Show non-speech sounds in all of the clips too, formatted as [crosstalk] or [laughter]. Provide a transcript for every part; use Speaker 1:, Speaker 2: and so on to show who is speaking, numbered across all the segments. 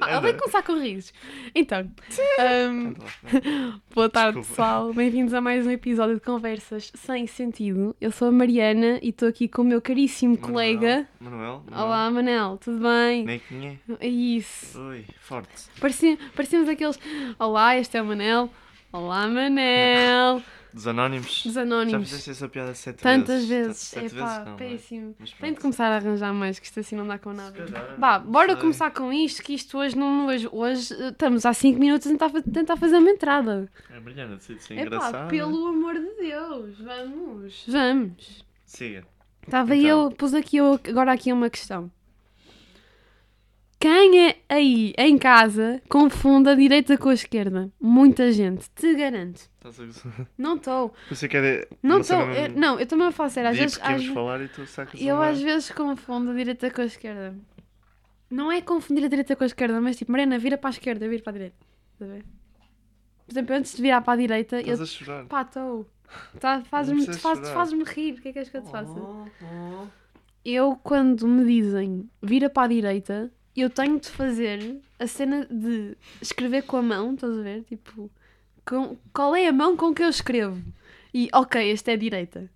Speaker 1: Ah, ela vai começar com risos. Então, ahm, boa tarde
Speaker 2: Desculpa.
Speaker 1: pessoal, bem-vindos a mais um episódio de Conversas Sem Sentido. Eu sou a Mariana e estou aqui com o meu caríssimo colega.
Speaker 2: Manuel. Manuel.
Speaker 1: Olá Manel, tudo bem?
Speaker 2: Nequinha.
Speaker 1: É isso.
Speaker 2: Oi, forte.
Speaker 1: Pareci- Parecemos aqueles. Olá, este é o Manel.
Speaker 2: [laughs]
Speaker 1: Olá Manel.
Speaker 2: Dos Anónimos.
Speaker 1: Dos
Speaker 2: Já
Speaker 1: Anónimos.
Speaker 2: fizeste essa piada sete
Speaker 1: Tantas
Speaker 2: vezes.
Speaker 1: vezes.
Speaker 2: Tantas- Sete
Speaker 1: Epá,
Speaker 2: vezes não, é?
Speaker 1: péssimo.
Speaker 2: Mas
Speaker 1: Tem de
Speaker 2: pronto.
Speaker 1: começar a arranjar mais, que isto assim não dá com nada.
Speaker 2: Se calhar,
Speaker 1: Vá,
Speaker 2: não
Speaker 1: bora
Speaker 2: sei.
Speaker 1: começar com isto, que isto hoje não. Hoje, hoje eh, estamos há 5 minutos a tentar, fa- tentar fazer uma entrada.
Speaker 2: A Mariana decide ser
Speaker 1: É pá,
Speaker 2: engraçada.
Speaker 1: pelo amor de Deus, vamos. Vamos.
Speaker 2: Siga.
Speaker 1: Estava
Speaker 2: Então.
Speaker 1: eu, pus aqui eu, agora aqui uma questão. Quem é aí em casa confunde a direita com a esquerda? Muita gente, te garanto.
Speaker 2: Estás a [laughs]
Speaker 1: [laughs]
Speaker 2: gozar?
Speaker 1: Não estou,
Speaker 2: Você quer. é
Speaker 1: não
Speaker 2: uma
Speaker 1: estou.
Speaker 2: cena mesmo
Speaker 1: Não, eu também faço sério. Às
Speaker 2: deep
Speaker 1: vezes,
Speaker 2: que íamos
Speaker 1: às-
Speaker 2: falar e tu sacas
Speaker 1: eu
Speaker 2: uma-
Speaker 1: às vezes confundo a direita com a esquerda. Não é confundir a direita com a esquerda, mas tipo, Mariana, vira para a esquerda, vira para a direita. Estás a ver? Por exemplo, antes de virar para a direita, eu
Speaker 2: Estás a chorar.
Speaker 1: Pá, estou. Tá, Faz-me
Speaker 2: precisas
Speaker 1: faz,
Speaker 2: chorar.
Speaker 1: faz-me rir. O que é que és que eu te faça?
Speaker 2: Oh, oh.
Speaker 1: Eu, quando me dizem vira para a direita, eu tenho de fazer a cena de escrever com a mão, estás a ver? Tipo, com- qual é a mão com que eu escrevo? E, ok, esta é a direita.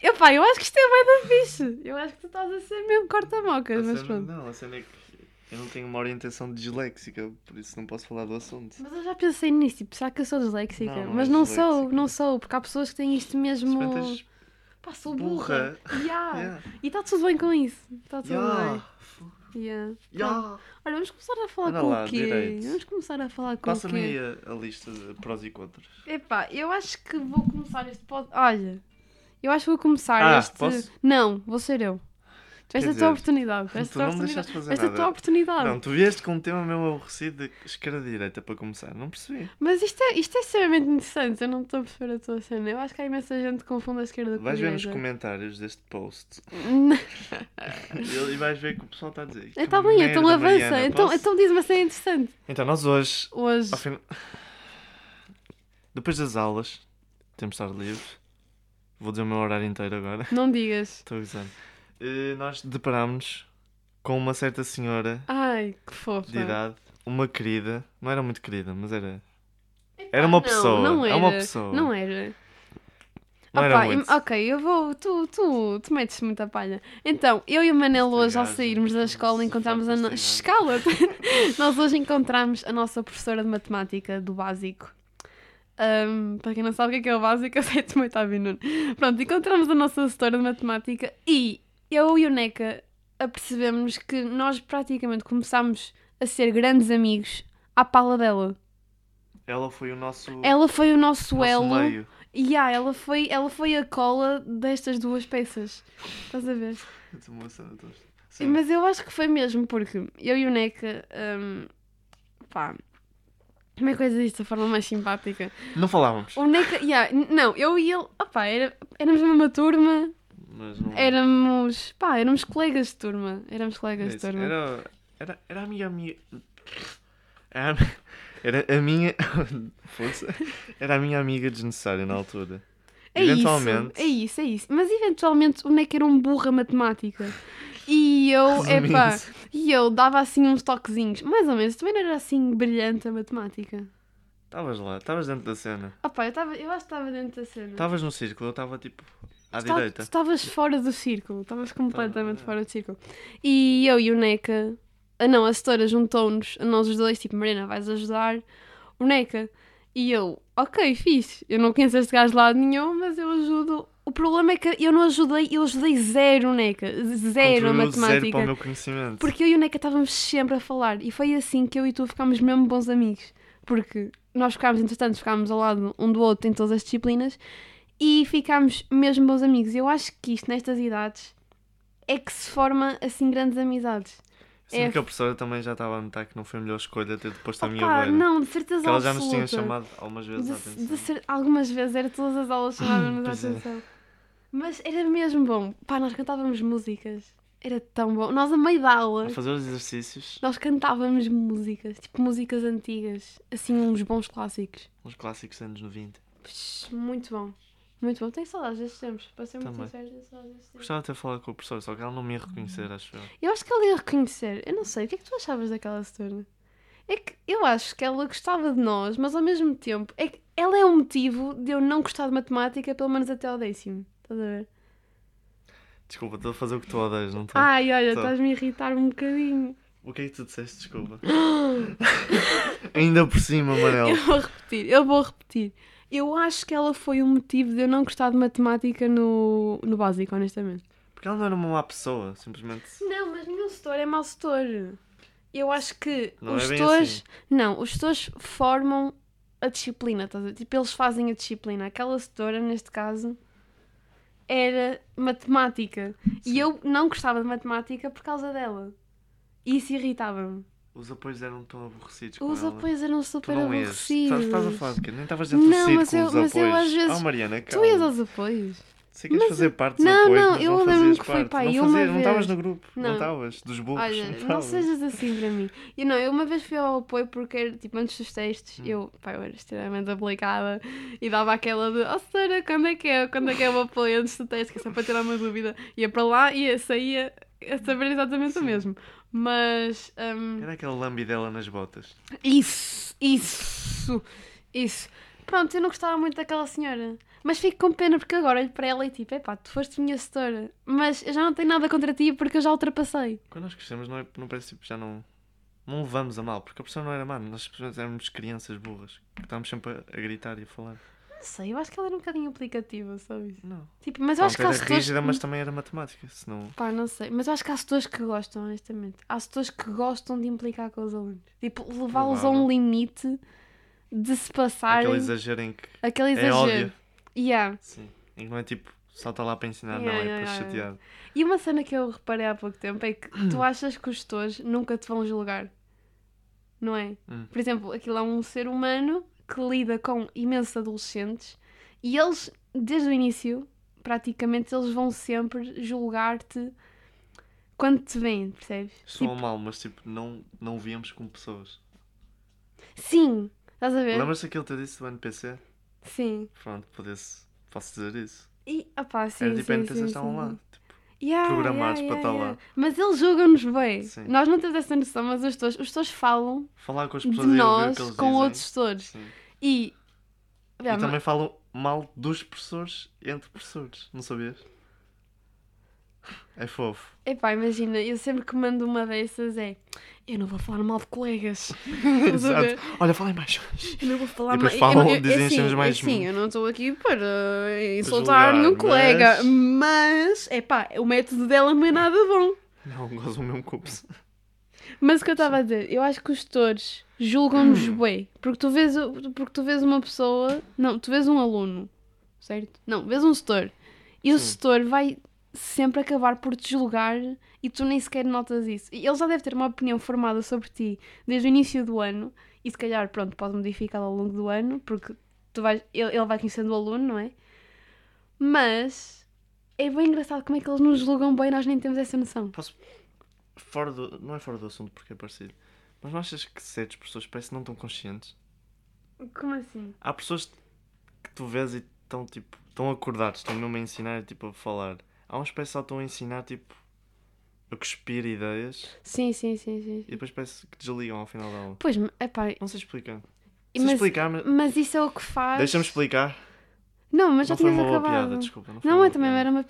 Speaker 1: Eu, pá, eu acho que isto é bem da fixe. Eu acho que tu estás a ser mesmo
Speaker 2: A
Speaker 1: corta-mocas, É, mas
Speaker 2: cena-
Speaker 1: pronto.
Speaker 2: Não, a cena é que eu não tenho uma orientação disléxica, por isso não posso falar do assunto.
Speaker 1: Mas eu já pensei nisso, tipo, será que eu sou disléxica?
Speaker 2: Não, não
Speaker 1: mas
Speaker 2: és
Speaker 1: não sou,
Speaker 2: disléxica.
Speaker 1: não sou, porque há pessoas que têm isto mesmo.
Speaker 2: Se bem tens-
Speaker 1: Pá, sou burra.
Speaker 2: [laughs]
Speaker 1: Yeah.
Speaker 2: Yeah.
Speaker 1: E está tudo bem com isso. Está tudo
Speaker 2: Yeah.
Speaker 1: bem. Yeah.
Speaker 2: Yeah.
Speaker 1: Olha, vamos começar a falar
Speaker 2: Anda
Speaker 1: com
Speaker 2: lá,
Speaker 1: o quê?
Speaker 2: direito.
Speaker 1: Vamos começar a falar com o
Speaker 2: Passa-me aí
Speaker 1: quê?
Speaker 2: a, a lista de prós e contras.
Speaker 1: Epá, eu acho que vou começar este pod... Olha, eu acho que vou começar
Speaker 2: Ah,
Speaker 1: este...
Speaker 2: posso?
Speaker 1: Não, vou ser eu. Tu
Speaker 2: Quer
Speaker 1: és a
Speaker 2: dizer,
Speaker 1: tua oportunidade. Tu és a
Speaker 2: tu
Speaker 1: tua
Speaker 2: não me
Speaker 1: oportunidade.
Speaker 2: deixaste fazer
Speaker 1: Esta é a
Speaker 2: nada.
Speaker 1: tua oportunidade.
Speaker 2: Não, tu vieste com um tema meio aborrecido de esquerda e direita para começar. Não percebi.
Speaker 1: Mas isto é, isto é extremamente interessante. Eu não estou a perceber a tua cena. Eu acho que há imensa gente que confunde a esquerda com a
Speaker 2: Vais ver nos
Speaker 1: direita.
Speaker 2: comentários deste
Speaker 1: [laughs]
Speaker 2: post
Speaker 1: Não.
Speaker 2: e e vais ver que o pessoal está a dizer.
Speaker 1: Está bem, então avança. então, então diz uma cena interessante.
Speaker 2: então nós hoje,
Speaker 1: Hoje.
Speaker 2: ao final... depois das aulas, temos de estar livres. Vou dizer o meu horário inteiro agora. [laughs]
Speaker 1: Não digas.
Speaker 2: Estou avisando. Eh, nós deparámos com uma certa senhora
Speaker 1: Ai, que fofa.
Speaker 2: de idade, uma querida, não era muito querida, mas era.
Speaker 1: Epá,
Speaker 2: Era uma
Speaker 1: Ah, não,
Speaker 2: pessoa.
Speaker 1: Não era.
Speaker 2: É uma pessoa.
Speaker 1: Não era.
Speaker 2: Não era
Speaker 1: Opa,
Speaker 2: muito.
Speaker 1: im- ok, eu vou. Tu, tu, tu metes muita palha. Então, eu e o Manel
Speaker 2: Este
Speaker 1: hoje, ao
Speaker 2: gajo,
Speaker 1: sairmos da
Speaker 2: este
Speaker 1: escola,
Speaker 2: gajo,
Speaker 1: encontramos a.
Speaker 2: este
Speaker 1: No...
Speaker 2: gajo.
Speaker 1: Escala! [laughs] Nós hoje encontramos a nossa professora de matemática do básico. Ahm, para quem não sabe o que é, que é o básico, [laughs] eu sei também está vindo. Pronto, encontramos a nossa assessora de matemática e eu e o Neca apercebemos que nós praticamente começámos a ser grandes amigos à pala dela.
Speaker 2: Ela foi o nosso.
Speaker 1: Ela foi É o nosso,
Speaker 2: nosso
Speaker 1: elo.
Speaker 2: meio. [laughs]
Speaker 1: E ah, ela foi, ela foi a cola destas duas peças. Estás a ver?
Speaker 2: Estou emocionado, estou- Sim.
Speaker 1: Mas eu acho que foi mesmo, porque eu e o Neca. hum, pá. Como é que eu ia dizer isto da forma mais simpática?
Speaker 2: Não falávamos.
Speaker 1: O Neca. yeah, n- não, eu e ele. Opá, era, éramos a mesma turma,
Speaker 2: Mas não.
Speaker 1: éramos. pá, éramos colegas de turma. Éramos
Speaker 2: É
Speaker 1: colegas de
Speaker 2: isso,
Speaker 1: turma.
Speaker 2: Era, era, era a minha amiga. Era, era a minha. [laughs] Força. Era a minha amiga desnecessária na altura.
Speaker 1: É
Speaker 2: Eventualmente.
Speaker 1: isso, é isso, é isso. Mas eventualmente o Neca era um burro a matemática. E
Speaker 2: [laughs]
Speaker 1: eu, epá,
Speaker 2: Resumindo,
Speaker 1: e eu dava assim uns toquezinhos. Mais ou menos, também não era assim brilhante a matemática.
Speaker 2: Estavas lá, estavas dentro da cena.
Speaker 1: Ah pá, eu, tava, eu acho que estava dentro da cena.
Speaker 2: Estavas no círculo, eu estava tipo à
Speaker 1: Tu tá- Tu
Speaker 2: direita.
Speaker 1: estavas fora do círculo, estavas completamente
Speaker 2: Tava, é.
Speaker 1: fora do círculo. E eu e o Neca, ah não, a setora juntou-nos, a nós os dois, tipo, Marina, vais ajudar o Neca. E eu, ok, fixe, eu não conheço este gajo de lado nenhum, mas eu ajudo. O problema é que eu não ajudei, eu ajudei zero o Neca, zero a
Speaker 2: Contribuiu
Speaker 1: matemática.
Speaker 2: Zero para o meu conhecimento.
Speaker 1: Porque eu e o Neca estávamos sempre a falar e foi assim que eu e tu ficámos mesmo bons amigos. Porque nós ficámos, entretanto, ficámos ao lado um do outro em todas as disciplinas e ficámos mesmo bons amigos. Eu acho que isto, nestas idades, é que se forma assim grandes amizades.
Speaker 2: Sendo
Speaker 1: é-
Speaker 2: que a professora também já estava a notar que não foi a melhor escolha ter depois a minha
Speaker 1: Opa,
Speaker 2: beira.
Speaker 1: não, de certeza
Speaker 2: Porque ela já nos tinha
Speaker 1: absoluta.
Speaker 2: chamado algumas vezes a
Speaker 1: De,
Speaker 2: atenção.
Speaker 1: de cer- algumas vezes era todas
Speaker 2: [laughs]
Speaker 1: as aulas chamavam-nos a
Speaker 2: Pois é.
Speaker 1: atenção. Mas era mesmo bom. Pá, nós cantávamos músicas. Era tão bom. Nós a meio da aula.
Speaker 2: A fazer os exercícios,
Speaker 1: Nós cantávamos músicas, tipo músicas antigas, assim uns bons clássicos.
Speaker 2: uns clássicos anos 90.
Speaker 1: Psh, muito bom. Muito bom. Tenho saudades desses tempos. Para ser muito
Speaker 2: Também.
Speaker 1: sincero, tenho saudades desses tempos.
Speaker 2: Gostava de ter falado com o professor, só que ela não me ia reconhecer, acho eu.
Speaker 1: Eu acho que ela ia reconhecer. Eu não sei. O que é que tu achavas daquela setora? É que eu acho que ela gostava de nós, mas ao mesmo tempo, é que ela é um motivo de eu não gostar de matemática, pelo menos até ao décimo. Estás a ver?
Speaker 2: Desculpa, estou a fazer o que tu odeias, não estou?
Speaker 1: Ai, olha,
Speaker 2: tá.
Speaker 1: estás-me a irritar um bocadinho.
Speaker 2: O que é que tu disseste? Desculpa. [laughs] Ainda por cima, Manel.
Speaker 1: Eu vou repetir, eu vou repetir. Eu acho que ela foi o motivo de eu não gostar de matemática no, no básico, honestamente.
Speaker 2: Porque ela não era uma má pessoa, simplesmente.
Speaker 1: Não, mas nenhum setor é mau setor. Eu acho que
Speaker 2: Não
Speaker 1: os
Speaker 2: é bem
Speaker 1: setores.
Speaker 2: assim.
Speaker 1: Não, os setores formam a disciplina, estás a ver? Tipo, eles fazem a disciplina. Aquela setora, neste caso, era matemática. E
Speaker 2: Sim.
Speaker 1: eu não gostava de matemática por causa dela. E isso irritava-me.
Speaker 2: Os apoios eram tão aborrecidos. com
Speaker 1: Os
Speaker 2: ela.
Speaker 1: apoios eram
Speaker 2: Tu
Speaker 1: super
Speaker 2: não ias. Estás-
Speaker 1: aborrecidos.
Speaker 2: Estás a falar de quê? Nem estavas dentro
Speaker 1: Não,
Speaker 2: do
Speaker 1: mas
Speaker 2: círculo
Speaker 1: eu-
Speaker 2: dos
Speaker 1: mas eu
Speaker 2: apoios.
Speaker 1: às vezes-
Speaker 2: Oh, Mariana, calma.
Speaker 1: Tu ias aos apoios.
Speaker 2: Sei que ias
Speaker 1: mas-
Speaker 2: fazer parte dos
Speaker 1: Não,
Speaker 2: apoios,
Speaker 1: não,
Speaker 2: mas
Speaker 1: eu
Speaker 2: não
Speaker 1: lembro-me
Speaker 2: fazias
Speaker 1: que
Speaker 2: parte.
Speaker 1: fui para aí
Speaker 2: não
Speaker 1: uma
Speaker 2: fazias- não
Speaker 1: vez.
Speaker 2: estavas no grupo. Não
Speaker 1: Não.
Speaker 2: estavas. Dos burros.
Speaker 1: Olha,
Speaker 2: não
Speaker 1: não,
Speaker 2: estavas.
Speaker 1: sejas assim para mim. E não, eu uma vez fui ao apoio porque, era, tipo, antes dos textos, eu, pá, eu era extremamente aplicada e dava aquela de, oh senhora, quando é que é? Quando é que é o apoio antes do texto? Que é só para tirar uma dúvida. Ia para lá e saía a saber exatamente o
Speaker 2: Sim.
Speaker 1: mesmo. Mas, hum,
Speaker 2: Era aquele lambi dela nas botas.
Speaker 1: isso, isso, isso. Pronto, eu não gostava muito daquela senhora. Mas fico com pena porque agora olho para ela e tipo, epá, tu foste minha setora. Mas eu já não tenho nada contra ti porque eu já ultrapassei.
Speaker 2: Quando nós crescemos, não, é, não parece tipo, já não. Não levamos a mal, porque a pessoa não era má, nós simplesmente éramos crianças burras, que estávamos sempre a, a gritar e a falar.
Speaker 1: Não sei, eu acho que ela era um bocadinho aplicativa, sabes?
Speaker 2: Não.
Speaker 1: Tipo, mas eu acho que hum.
Speaker 2: Pronto,
Speaker 1: há
Speaker 2: era
Speaker 1: setores...
Speaker 2: rígida, mas também era matemática, senão.
Speaker 1: Pá, não sei. Mas eu acho que há setores que gostam, honestamente. Há setores que gostam de implicar com os alunos. Tipo, levá-los a um
Speaker 2: Provável.
Speaker 1: limite de se passarem...
Speaker 2: Aquele exagero em que
Speaker 1: Aquele
Speaker 2: é
Speaker 1: Ah, exagero.
Speaker 2: óbvio.
Speaker 1: Yeah.
Speaker 2: Sim. Em que não é tipo, só está lá para ensinar,
Speaker 1: Yeah,
Speaker 2: não, é
Speaker 1: yeah,
Speaker 2: para
Speaker 1: yeah,
Speaker 2: chatear.
Speaker 1: E uma cena que eu reparei há pouco tempo é que
Speaker 2: Hum.
Speaker 1: tu achas que os setores nunca te vão julgar. Não é?
Speaker 2: Hum.
Speaker 1: Por exemplo, aquilo é um ser humano que lida com imensos adolescentes e eles, desde o início, praticamente, eles vão sempre julgar-te quando te veem, percebes?
Speaker 2: Estou
Speaker 1: Tipo,
Speaker 2: mal, mas tipo, não, não víamos como pessoas.
Speaker 1: sim, estás a ver?
Speaker 2: Lembras-te daquilo que eu disse do NPC?
Speaker 1: Sim.
Speaker 2: Pronto, pudesse, posso dizer isso.
Speaker 1: E, opá, sim,
Speaker 2: era tipo,
Speaker 1: sim,
Speaker 2: NPCs
Speaker 1: sim,
Speaker 2: estavam
Speaker 1: sim,
Speaker 2: lá.
Speaker 1: sim.
Speaker 2: Tipo,
Speaker 1: Yeah,
Speaker 2: programados para
Speaker 1: yeah, yeah,
Speaker 2: estar lá.
Speaker 1: yeah. Mas eles julgam-nos bem.
Speaker 2: Sim.
Speaker 1: Nós não temos essa noção, mas os setores, os setores falam
Speaker 2: falar com as
Speaker 1: de
Speaker 2: pessoas e ouvir o
Speaker 1: nós
Speaker 2: que eles
Speaker 1: com
Speaker 2: dizem.
Speaker 1: outros setores.
Speaker 2: Sim.
Speaker 1: E.
Speaker 2: E
Speaker 1: Bem,
Speaker 2: também falam mal dos professores entre professores, não sabias? É
Speaker 1: [laughs]
Speaker 2: fofo.
Speaker 1: Epá, imagina, eu sempre que mando uma dessas é. Eu não vou falar mal de colegas. a
Speaker 2: Exato.
Speaker 1: ver?
Speaker 2: Olha, fala em baixo.
Speaker 1: Eu não vou falar
Speaker 2: E depois
Speaker 1: mal.
Speaker 2: falam-
Speaker 1: eu, não- eu,
Speaker 2: dizem as
Speaker 1: assim,
Speaker 2: cenas mais-
Speaker 1: Sim, eu não estou aqui para insultar nenhum
Speaker 2: julgar,
Speaker 1: colega,
Speaker 2: mas-
Speaker 1: mas. Epá, o método dela não é nada bom.
Speaker 2: Não, gosto do mesmo cupo.
Speaker 1: Mas o que eu estava a dizer, eu acho que os tutores julgam-nos bué. Porque tu, vês, o- porque tu vês uma pessoa. Não, tu vês um aluno, certo? Não, vês um setor. E o
Speaker 2: Sim.
Speaker 1: setor vai sempre acabar por te julgar e tu nem sequer notas isso. E ele já deve ter uma opinião formada sobre ti desde o início do ano e se calhar, pronto, pode modificá-la ao longo do ano porque tu vais, ele, ele vai conhecendo o aluno, não é? Mas é bem engraçado como é que eles nos julgam bem e nós nem temos essa noção.
Speaker 2: Posso. Fora do. Não é fora do assunto porque é parecido. Mas não achas que certas pessoas parece que não estão conscientes?
Speaker 1: Como assim?
Speaker 2: Há pessoas que tu vês e estão tipo. estão acordados, estão mesmo a ensinar e tipo a falar. Há uns que parece que só estão a ensinar tipo. a cuspir ideias
Speaker 1: Sim, sim, sim, sim.
Speaker 2: e depois parece que desligam ao final da aula.
Speaker 1: Pois, epá,
Speaker 2: Não sei explicar. Se
Speaker 1: mas,
Speaker 2: explicar, mas.
Speaker 1: mas isso é o que faz.
Speaker 2: Deixa-me explicar.
Speaker 1: Não, mas já
Speaker 2: não foi
Speaker 1: tinhas
Speaker 2: uma boa
Speaker 1: acabado.
Speaker 2: piada, desculpa. Não, foi
Speaker 1: não,
Speaker 2: uma
Speaker 1: eu também
Speaker 2: boa piada.
Speaker 1: era uma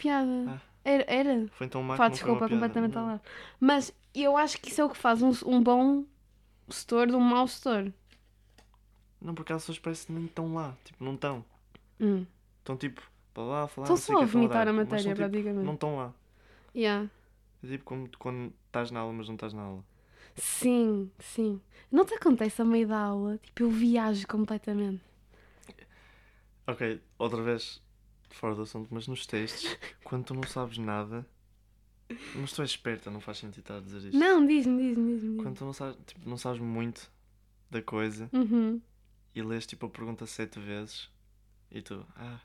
Speaker 1: piada. Era, era.
Speaker 2: Foi tão má
Speaker 1: Pá,
Speaker 2: que não foi uma
Speaker 1: desculpa,
Speaker 2: piada.
Speaker 1: completamente
Speaker 2: Não.
Speaker 1: ao lado. Mas eu acho que isso é o que faz um, um bom setor de um mau setor.
Speaker 2: Não, porque as pessoas parece que nem estão lá. Tipo, não estão.
Speaker 1: Hum.
Speaker 2: Estão tipo. Para lá, a falar,
Speaker 1: Estão
Speaker 2: não sei o
Speaker 1: só
Speaker 2: quê,
Speaker 1: a
Speaker 2: estão
Speaker 1: vomitar
Speaker 2: dar,
Speaker 1: a
Speaker 2: mas
Speaker 1: matéria,
Speaker 2: estão, tipo,
Speaker 1: praticamente.
Speaker 2: Não estão lá.
Speaker 1: Yeah.
Speaker 2: É tipo como tu- quando estás na aula, mas não estás na aula.
Speaker 1: Sim, sim. Não te acontece a meio da aula? Tipo, eu viajo completamente.
Speaker 2: Ok, outra vez fora do assunto, mas nos
Speaker 1: [laughs]
Speaker 2: textos, quando tu não sabes nada, mas tu és esperta, não faz sentido estar a dizer isto.
Speaker 1: Não, diz-me, diz-me, diz-me. diz-me.
Speaker 2: Quando tu não sabes, tipo, não sabes muito da coisa
Speaker 1: Uhum. [laughs]
Speaker 2: e lês tipo a pergunta sete vezes e tu, ah,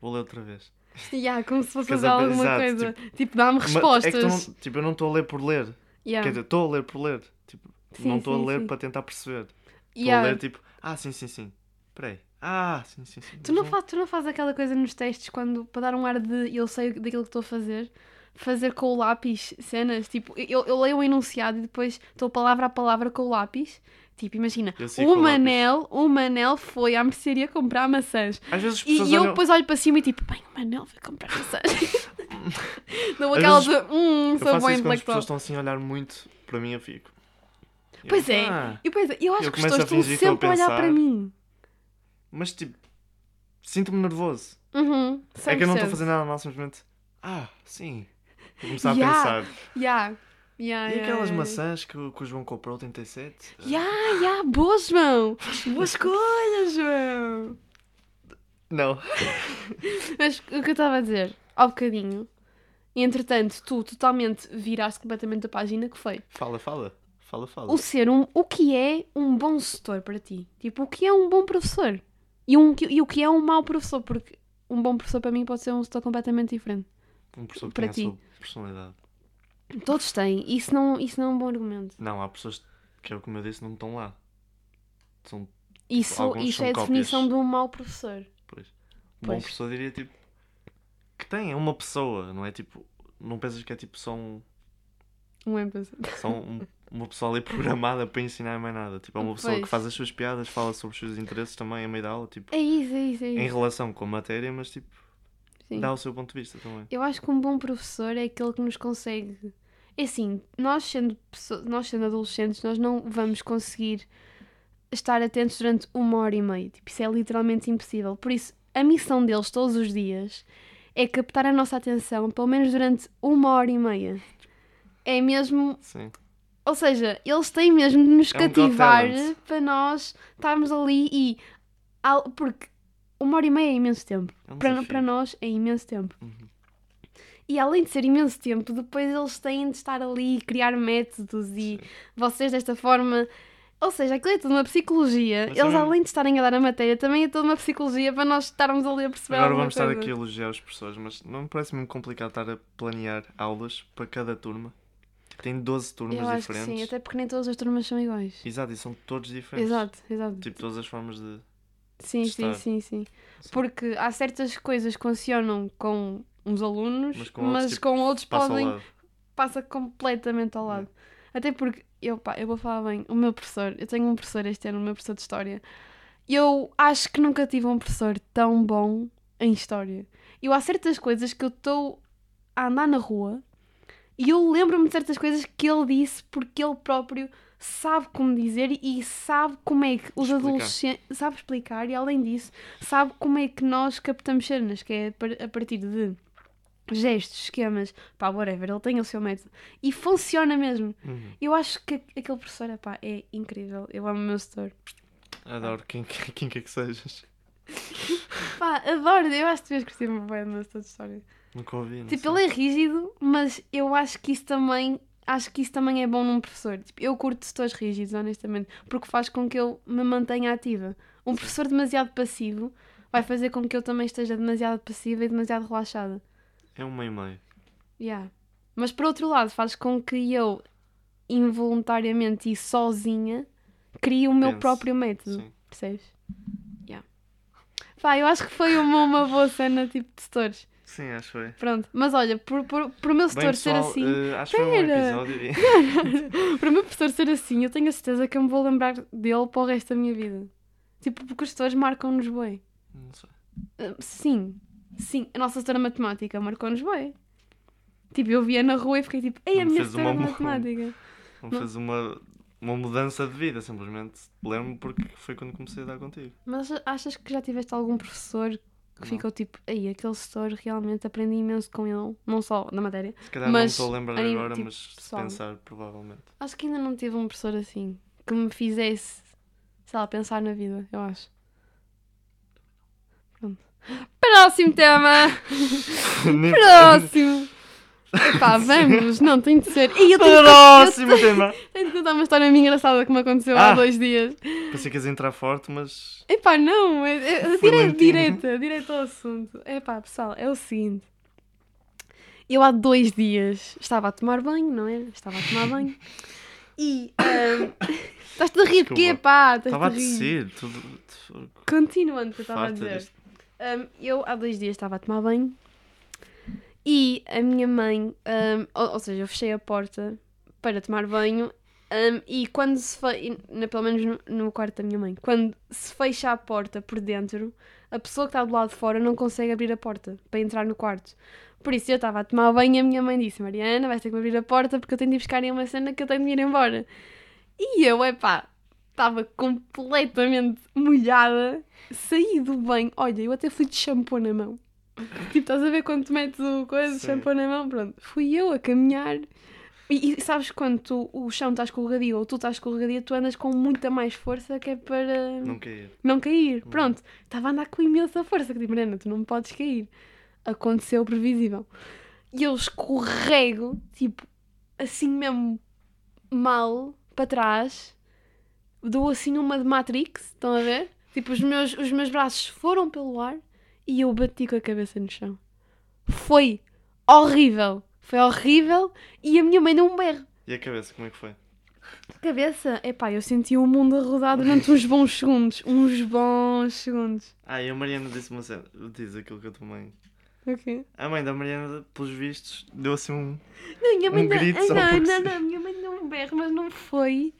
Speaker 2: vou ler outra vez.
Speaker 1: Yeah, como se fosse
Speaker 2: Quer
Speaker 1: fazer
Speaker 2: saber-
Speaker 1: alguma
Speaker 2: exato,
Speaker 1: coisa. Tipo, dá-me
Speaker 2: Mas
Speaker 1: respostas.
Speaker 2: É que tu não, tipo, eu não estou a ler por ler.
Speaker 1: Yeah.
Speaker 2: Quer dizer, estou a ler por ler. Tipo,
Speaker 1: Sim,
Speaker 2: não estou
Speaker 1: sim,
Speaker 2: a ler
Speaker 1: sim.
Speaker 2: para tentar perceber. Estou
Speaker 1: Yeah.
Speaker 2: a ler tipo, ah, sim, sim, sim. Peraí. Ah, sim, sim, sim.
Speaker 1: Tu não,
Speaker 2: Mas
Speaker 1: faz, tu não fazes aquela coisa nos textos quando, para dar um ar de eu sei daquilo que estou a fazer, fazer com o lápis cenas, tipo, eu, eu leio o enunciado e depois estou palavra a palavra com o lápis. Tipo, imagina,
Speaker 2: Eu sei com
Speaker 1: o
Speaker 2: o lápis.
Speaker 1: Manel, o Manel foi à mercearia comprar maçãs.
Speaker 2: Às vezes as
Speaker 1: E,
Speaker 2: pessoas
Speaker 1: e eu
Speaker 2: olham-
Speaker 1: depois olho para cima e tipo, bem, o Manel foi comprar
Speaker 2: [laughs]
Speaker 1: maçãs. Dou
Speaker 2: Às
Speaker 1: aquela de,
Speaker 2: vezes
Speaker 1: hum,
Speaker 2: Eu faço
Speaker 1: sou bom
Speaker 2: isso quando as
Speaker 1: intelectual.
Speaker 2: pessoas estão assim a olhar muito, para mim eu fico. Eu,
Speaker 1: Pois é,
Speaker 2: "Ah."
Speaker 1: e pois é, eu acho
Speaker 2: Eu
Speaker 1: que as
Speaker 2: começo a
Speaker 1: pessoas estão
Speaker 2: fingir que estou a
Speaker 1: sempre a olhar para
Speaker 2: pensar.
Speaker 1: mim.
Speaker 2: Mas tipo, sinto-me nervoso.
Speaker 1: Uhum,
Speaker 2: É que eu não estou a
Speaker 1: 100%.
Speaker 2: fazer nada mal, simplesmente. Ah, sim. Vou começar
Speaker 1: Yeah.
Speaker 2: a pensar.
Speaker 1: Yeah. Yeah,
Speaker 2: e
Speaker 1: yeah,
Speaker 2: aquelas
Speaker 1: yeah.
Speaker 2: maçãs que, o- que o João comprou, 37?
Speaker 1: Ya, ya, boa, João! Boa escolha, João!
Speaker 2: Não.
Speaker 1: Mas o que eu estava a dizer, ao bocadinho, e entretanto, tu totalmente viraste completamente a página que foi.
Speaker 2: Fala, fala. Fala, fala.
Speaker 1: O ser um, o que é um bom setor para ti? Tipo, o que é um bom professor? E, um, que- e o que é um mau professor? Porque um bom professor para mim pode ser um setor completamente diferente.
Speaker 2: Um professor que
Speaker 1: para
Speaker 2: tem
Speaker 1: ti.
Speaker 2: a sua personalidade.
Speaker 1: Todos têm, isso não, isso não é um bom argumento.
Speaker 2: Não, há pessoas que, é o que eu disse, não estão lá. São, um
Speaker 1: Isso,
Speaker 2: alguns
Speaker 1: isso
Speaker 2: são
Speaker 1: é a
Speaker 2: cópias.
Speaker 1: definição de um mau professor.
Speaker 2: pois. Um bom
Speaker 1: Pois.
Speaker 2: professor diria, tipo, que tem, é uma pessoa, não é tipo, não pensas que é tipo só um,
Speaker 1: Um empatho.
Speaker 2: só um- uma pessoa ali [laughs] programada para ensinar mais nada. Tipo, é uma pessoa que
Speaker 1: Pois.
Speaker 2: faz as suas piadas, fala sobre os seus interesses também a meio da aula, tipo,
Speaker 1: É isso, é isso, é
Speaker 2: em
Speaker 1: isso.
Speaker 2: relação com a matéria, mas tipo,
Speaker 1: Sim.
Speaker 2: dá o seu ponto de vista também.
Speaker 1: Eu acho que um bom professor é aquele que nos consegue. É assim, nós sendo, pesso- nós sendo adolescentes, nós não vamos conseguir estar atentos durante uma hora e meia. Tipo, isso é literalmente impossível. Por isso, a missão deles todos os dias é captar a nossa atenção, pelo menos durante uma hora e meia. É mesmo.
Speaker 2: Sim.
Speaker 1: Ou seja, eles têm mesmo de nos
Speaker 2: É um got
Speaker 1: cativar
Speaker 2: talent.
Speaker 1: para nós estarmos ali e. al- Porque uma hora e meia é imenso tempo
Speaker 2: É um
Speaker 1: para,
Speaker 2: desafio.
Speaker 1: para nós é imenso tempo.
Speaker 2: Uhum.
Speaker 1: E além de ser imenso tempo, depois eles têm de estar ali e criar métodos e vocês desta forma. Ou seja, aquilo é toda uma psicologia.
Speaker 2: Mas
Speaker 1: eles,
Speaker 2: também-
Speaker 1: além de estarem a dar a matéria, também é toda uma psicologia para nós estarmos ali a perceber
Speaker 2: Agora
Speaker 1: alguma
Speaker 2: vamos estar
Speaker 1: coisa.
Speaker 2: aqui a elogiar os professores, mas não me parece muito complicado estar a planear aulas para cada turma. Tipo, Tem 12 turmas
Speaker 1: Eu acho
Speaker 2: diferentes.
Speaker 1: que sim, até porque nem todas as turmas são iguais.
Speaker 2: Exato, e são todos diferentes.
Speaker 1: Exato, exato.
Speaker 2: Tipo, todas as formas de.
Speaker 1: sim, sim,
Speaker 2: estar.
Speaker 1: sim, sim.
Speaker 2: Sim.
Speaker 1: Porque há certas coisas que funcionam com uns alunos, mas
Speaker 2: Mas
Speaker 1: com
Speaker 2: com
Speaker 1: outros,
Speaker 2: outros, tipo, Passa
Speaker 1: podem
Speaker 2: ao lado.
Speaker 1: passa completamente ao lado. Até porque, eu, pá, eu vou falar bem, o meu professor, eu tenho um professor este ano, o meu professor de História. Eu acho que nunca tive um professor tão bom em História. Eu há certas coisas que eu estou a andar na rua e eu lembro-me de certas coisas que ele disse porque ele próprio sabe como dizer e sabe como é que os
Speaker 2: Explicar.
Speaker 1: adolescentes... Sabe explicar e, além disso, sabe como é que nós captamos cenas, que é par- a partir de gestos, esquemas, pá, whatever, ele tem o seu método. E funciona mesmo.
Speaker 2: Uhum.
Speaker 1: Eu acho que a- aquele professor, epá, é incrível. Eu amo o meu setor.
Speaker 2: Adoro quem, quem quer que [laughs] sejas.
Speaker 1: Pá, adoro, eu acho que devias curtir muito bem o meu setor de história.
Speaker 2: Nunca ouvi. não
Speaker 1: Tipo,
Speaker 2: sei.
Speaker 1: ele é rígido, mas eu acho que isso também. Acho que isso também é bom num professor. Tipo, eu curto setores rígidos, honestamente, porque faz com que eu me mantenha ativa. Um professor demasiado passivo vai fazer com que eu também esteja demasiado passiva e demasiado relaxada.
Speaker 2: É um meio meio.
Speaker 1: Yeah. Mas por outro lado, faz com que eu, involuntariamente e sozinha, crie o meu
Speaker 2: Pense.
Speaker 1: próprio método.
Speaker 2: Sim.
Speaker 1: Percebes? Yeah. Pá, eu acho que foi uma, uma boa cena tipo de setores.
Speaker 2: Sim, acho que é. foi.
Speaker 1: Pronto, mas olha, por, por, por o meu
Speaker 2: Bem,
Speaker 1: setor ser
Speaker 2: pessoal,
Speaker 1: assim,
Speaker 2: eh, acho que foi um
Speaker 1: Espera. [laughs]
Speaker 2: episódio. e-
Speaker 1: para o meu professor ser assim, eu tenho a certeza que eu me vou lembrar dele para o resto da minha vida. Tipo, porque os setores marcam-nos bem.
Speaker 2: Não sei.
Speaker 1: Ah, Sim, sim, a nossa setora de matemática marcou-nos bem. Tipo, eu via na rua e fiquei tipo, ei, a
Speaker 2: Não
Speaker 1: minha
Speaker 2: fez
Speaker 1: setora de
Speaker 2: uma-
Speaker 1: matemática.
Speaker 2: [laughs] Não fez uma, uma mudança de vida, simplesmente. Lembro-me porque foi quando comecei a dar contigo.
Speaker 1: Mas acha- achas que já tiveste algum professor que
Speaker 2: Não.
Speaker 1: ficou tipo, ei, aquele setor realmente aprendi imenso com ele, não só na matéria?
Speaker 2: Se calhar não
Speaker 1: Mas,
Speaker 2: estou a lembrar
Speaker 1: a nível,
Speaker 2: agora,
Speaker 1: tipo,
Speaker 2: mas se
Speaker 1: pessoal.
Speaker 2: pensar,
Speaker 1: [laughs]
Speaker 2: provavelmente.
Speaker 1: Acho que ainda não tive um professor assim que me fizesse, sei lá, pensar na vida, eu acho. Pronto. Próximo tema!
Speaker 2: [laughs] Nem-
Speaker 1: Próximo! Epá, vamos, não tem de ser. E eu tenho,
Speaker 2: [laughs] Próximo tema!
Speaker 1: tenho de contar uma história minha engraçada que me aconteceu há
Speaker 2: Ah.
Speaker 1: dois dias.
Speaker 2: Pensei que ias entrar forte, mas.
Speaker 1: Epá, não, é, é,
Speaker 2: Foi
Speaker 1: é direto,
Speaker 2: lentinho.
Speaker 1: direto, direto ao assunto. Epá, pessoal, é o seguinte. Eu há dois dias estava a tomar banho, não é? Estava a tomar banho. E. ahm, [coughs] Estás-te a rir de quê, pá? Estás-te
Speaker 2: Estava
Speaker 1: a
Speaker 2: a
Speaker 1: rir.
Speaker 2: descer. Tudo...
Speaker 1: Continuando o que eu estava a
Speaker 2: Farta
Speaker 1: dizer.
Speaker 2: deste.
Speaker 1: Ahm, eu há dois dias estava a tomar banho e a minha mãe, ahm, ou, ou seja, eu fechei a porta para tomar banho ahm, e quando se fecha, pelo menos no, no quarto da minha mãe, quando se fecha a porta por dentro, a pessoa que está do lado de fora não consegue abrir a porta para entrar no quarto. Por isso eu estava a tomar banho e a minha mãe disse: Mariana, vais ter que me abrir a porta porque eu tenho de ir buscar aí uma cena que eu tenho de ir embora. E eu, epá, estava completamente molhada saí do banho, olha, eu até fui de shampoo na mão. Tipo, estás a ver quando tu metes o coisa,
Speaker 2: Sim.
Speaker 1: shampoo na mão, pronto. Fui eu a caminhar. E, e sabes quando tu- o chão está escorregadio ou tu estás escorregadia, tu andas com muita mais força que é para
Speaker 2: Não caía.
Speaker 1: não cair. Pronto, estava a andar com imensa força, que tipo, Mariana, tu não me podes cair. Aconteceu o previsível. E eu escorrego, tipo, assim mesmo mal, para trás, dou assim uma de Matrix, estão a ver? Tipo, os meus, os meus braços foram pelo ar e eu bati com a cabeça no chão. Foi horrível. Foi horrível e a minha mãe deu um berro.
Speaker 2: E a cabeça, como é que foi?
Speaker 1: Cabeça, epá, eu senti o mundo a rodar durante uns bons segundos. Uns bons segundos.
Speaker 2: Ah, e a Mariana disse uma cena. Diz aquilo que a tua mãe.
Speaker 1: Ok.
Speaker 2: A mãe da Mariana, pelos vistos, deu assim um.
Speaker 1: Não, minha mãe
Speaker 2: Um
Speaker 1: deu-
Speaker 2: grito
Speaker 1: Ai,
Speaker 2: só
Speaker 1: não,
Speaker 2: porque
Speaker 1: não,
Speaker 2: sim.
Speaker 1: não, minha mãe deu um berro, mas não foi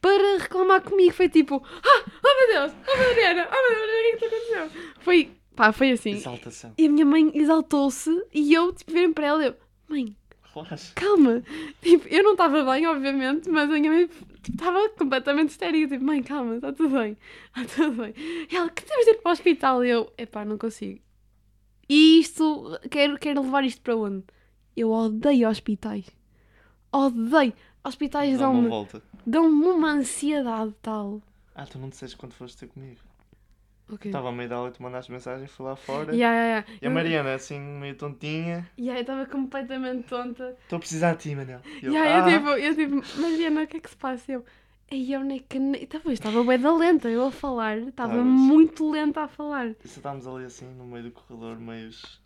Speaker 1: para reclamar comigo. Foi tipo, ah, oh meu Deus, oh Mariana, oh meu Deus, o que é que te aconteceu? Foi, pá, foi assim.
Speaker 2: Exaltação.
Speaker 1: E a minha mãe exaltou-se e eu, tipo, virei para ela e eu, mãe,
Speaker 2: Relaxa.
Speaker 1: calma. Tipo, eu não estava bem, obviamente, mas a minha mãe tipo, estava completamente histérica. Tipo, mãe, calma, está tudo bem, está tudo bem. E ela, que temos de ir para o hospital? E eu, epá, não consigo. E isto, quero, quero levar isto para onde? Eu odeio hospitais. Odeio. Hospitais
Speaker 2: Dá uma
Speaker 1: dão-me
Speaker 2: volta.
Speaker 1: dão uma ansiedade tal.
Speaker 2: Ah, tu não disseste quando foste ter comigo.
Speaker 1: Ok.
Speaker 2: Estava ao meio da aula, tu mandaste mensagem, fui lá fora.
Speaker 1: Yeah, yeah, yeah.
Speaker 2: Tá, E a
Speaker 1: Eu-
Speaker 2: Mariana, assim, meio tontinha.
Speaker 1: Yeah, eu estava completamente tonta.
Speaker 2: Estou a precisar de ti, Manel. E
Speaker 1: E aí eu
Speaker 2: "Ah."
Speaker 1: tipo, eu tipo, Mariana, o que é que se passa? Eu, aí eu nem que nem. Estava, estava bué da lenta eu a falar, estava
Speaker 2: Estavas.
Speaker 1: muito lenta a falar.
Speaker 2: E sentámos ali assim no meio do corredor, meios.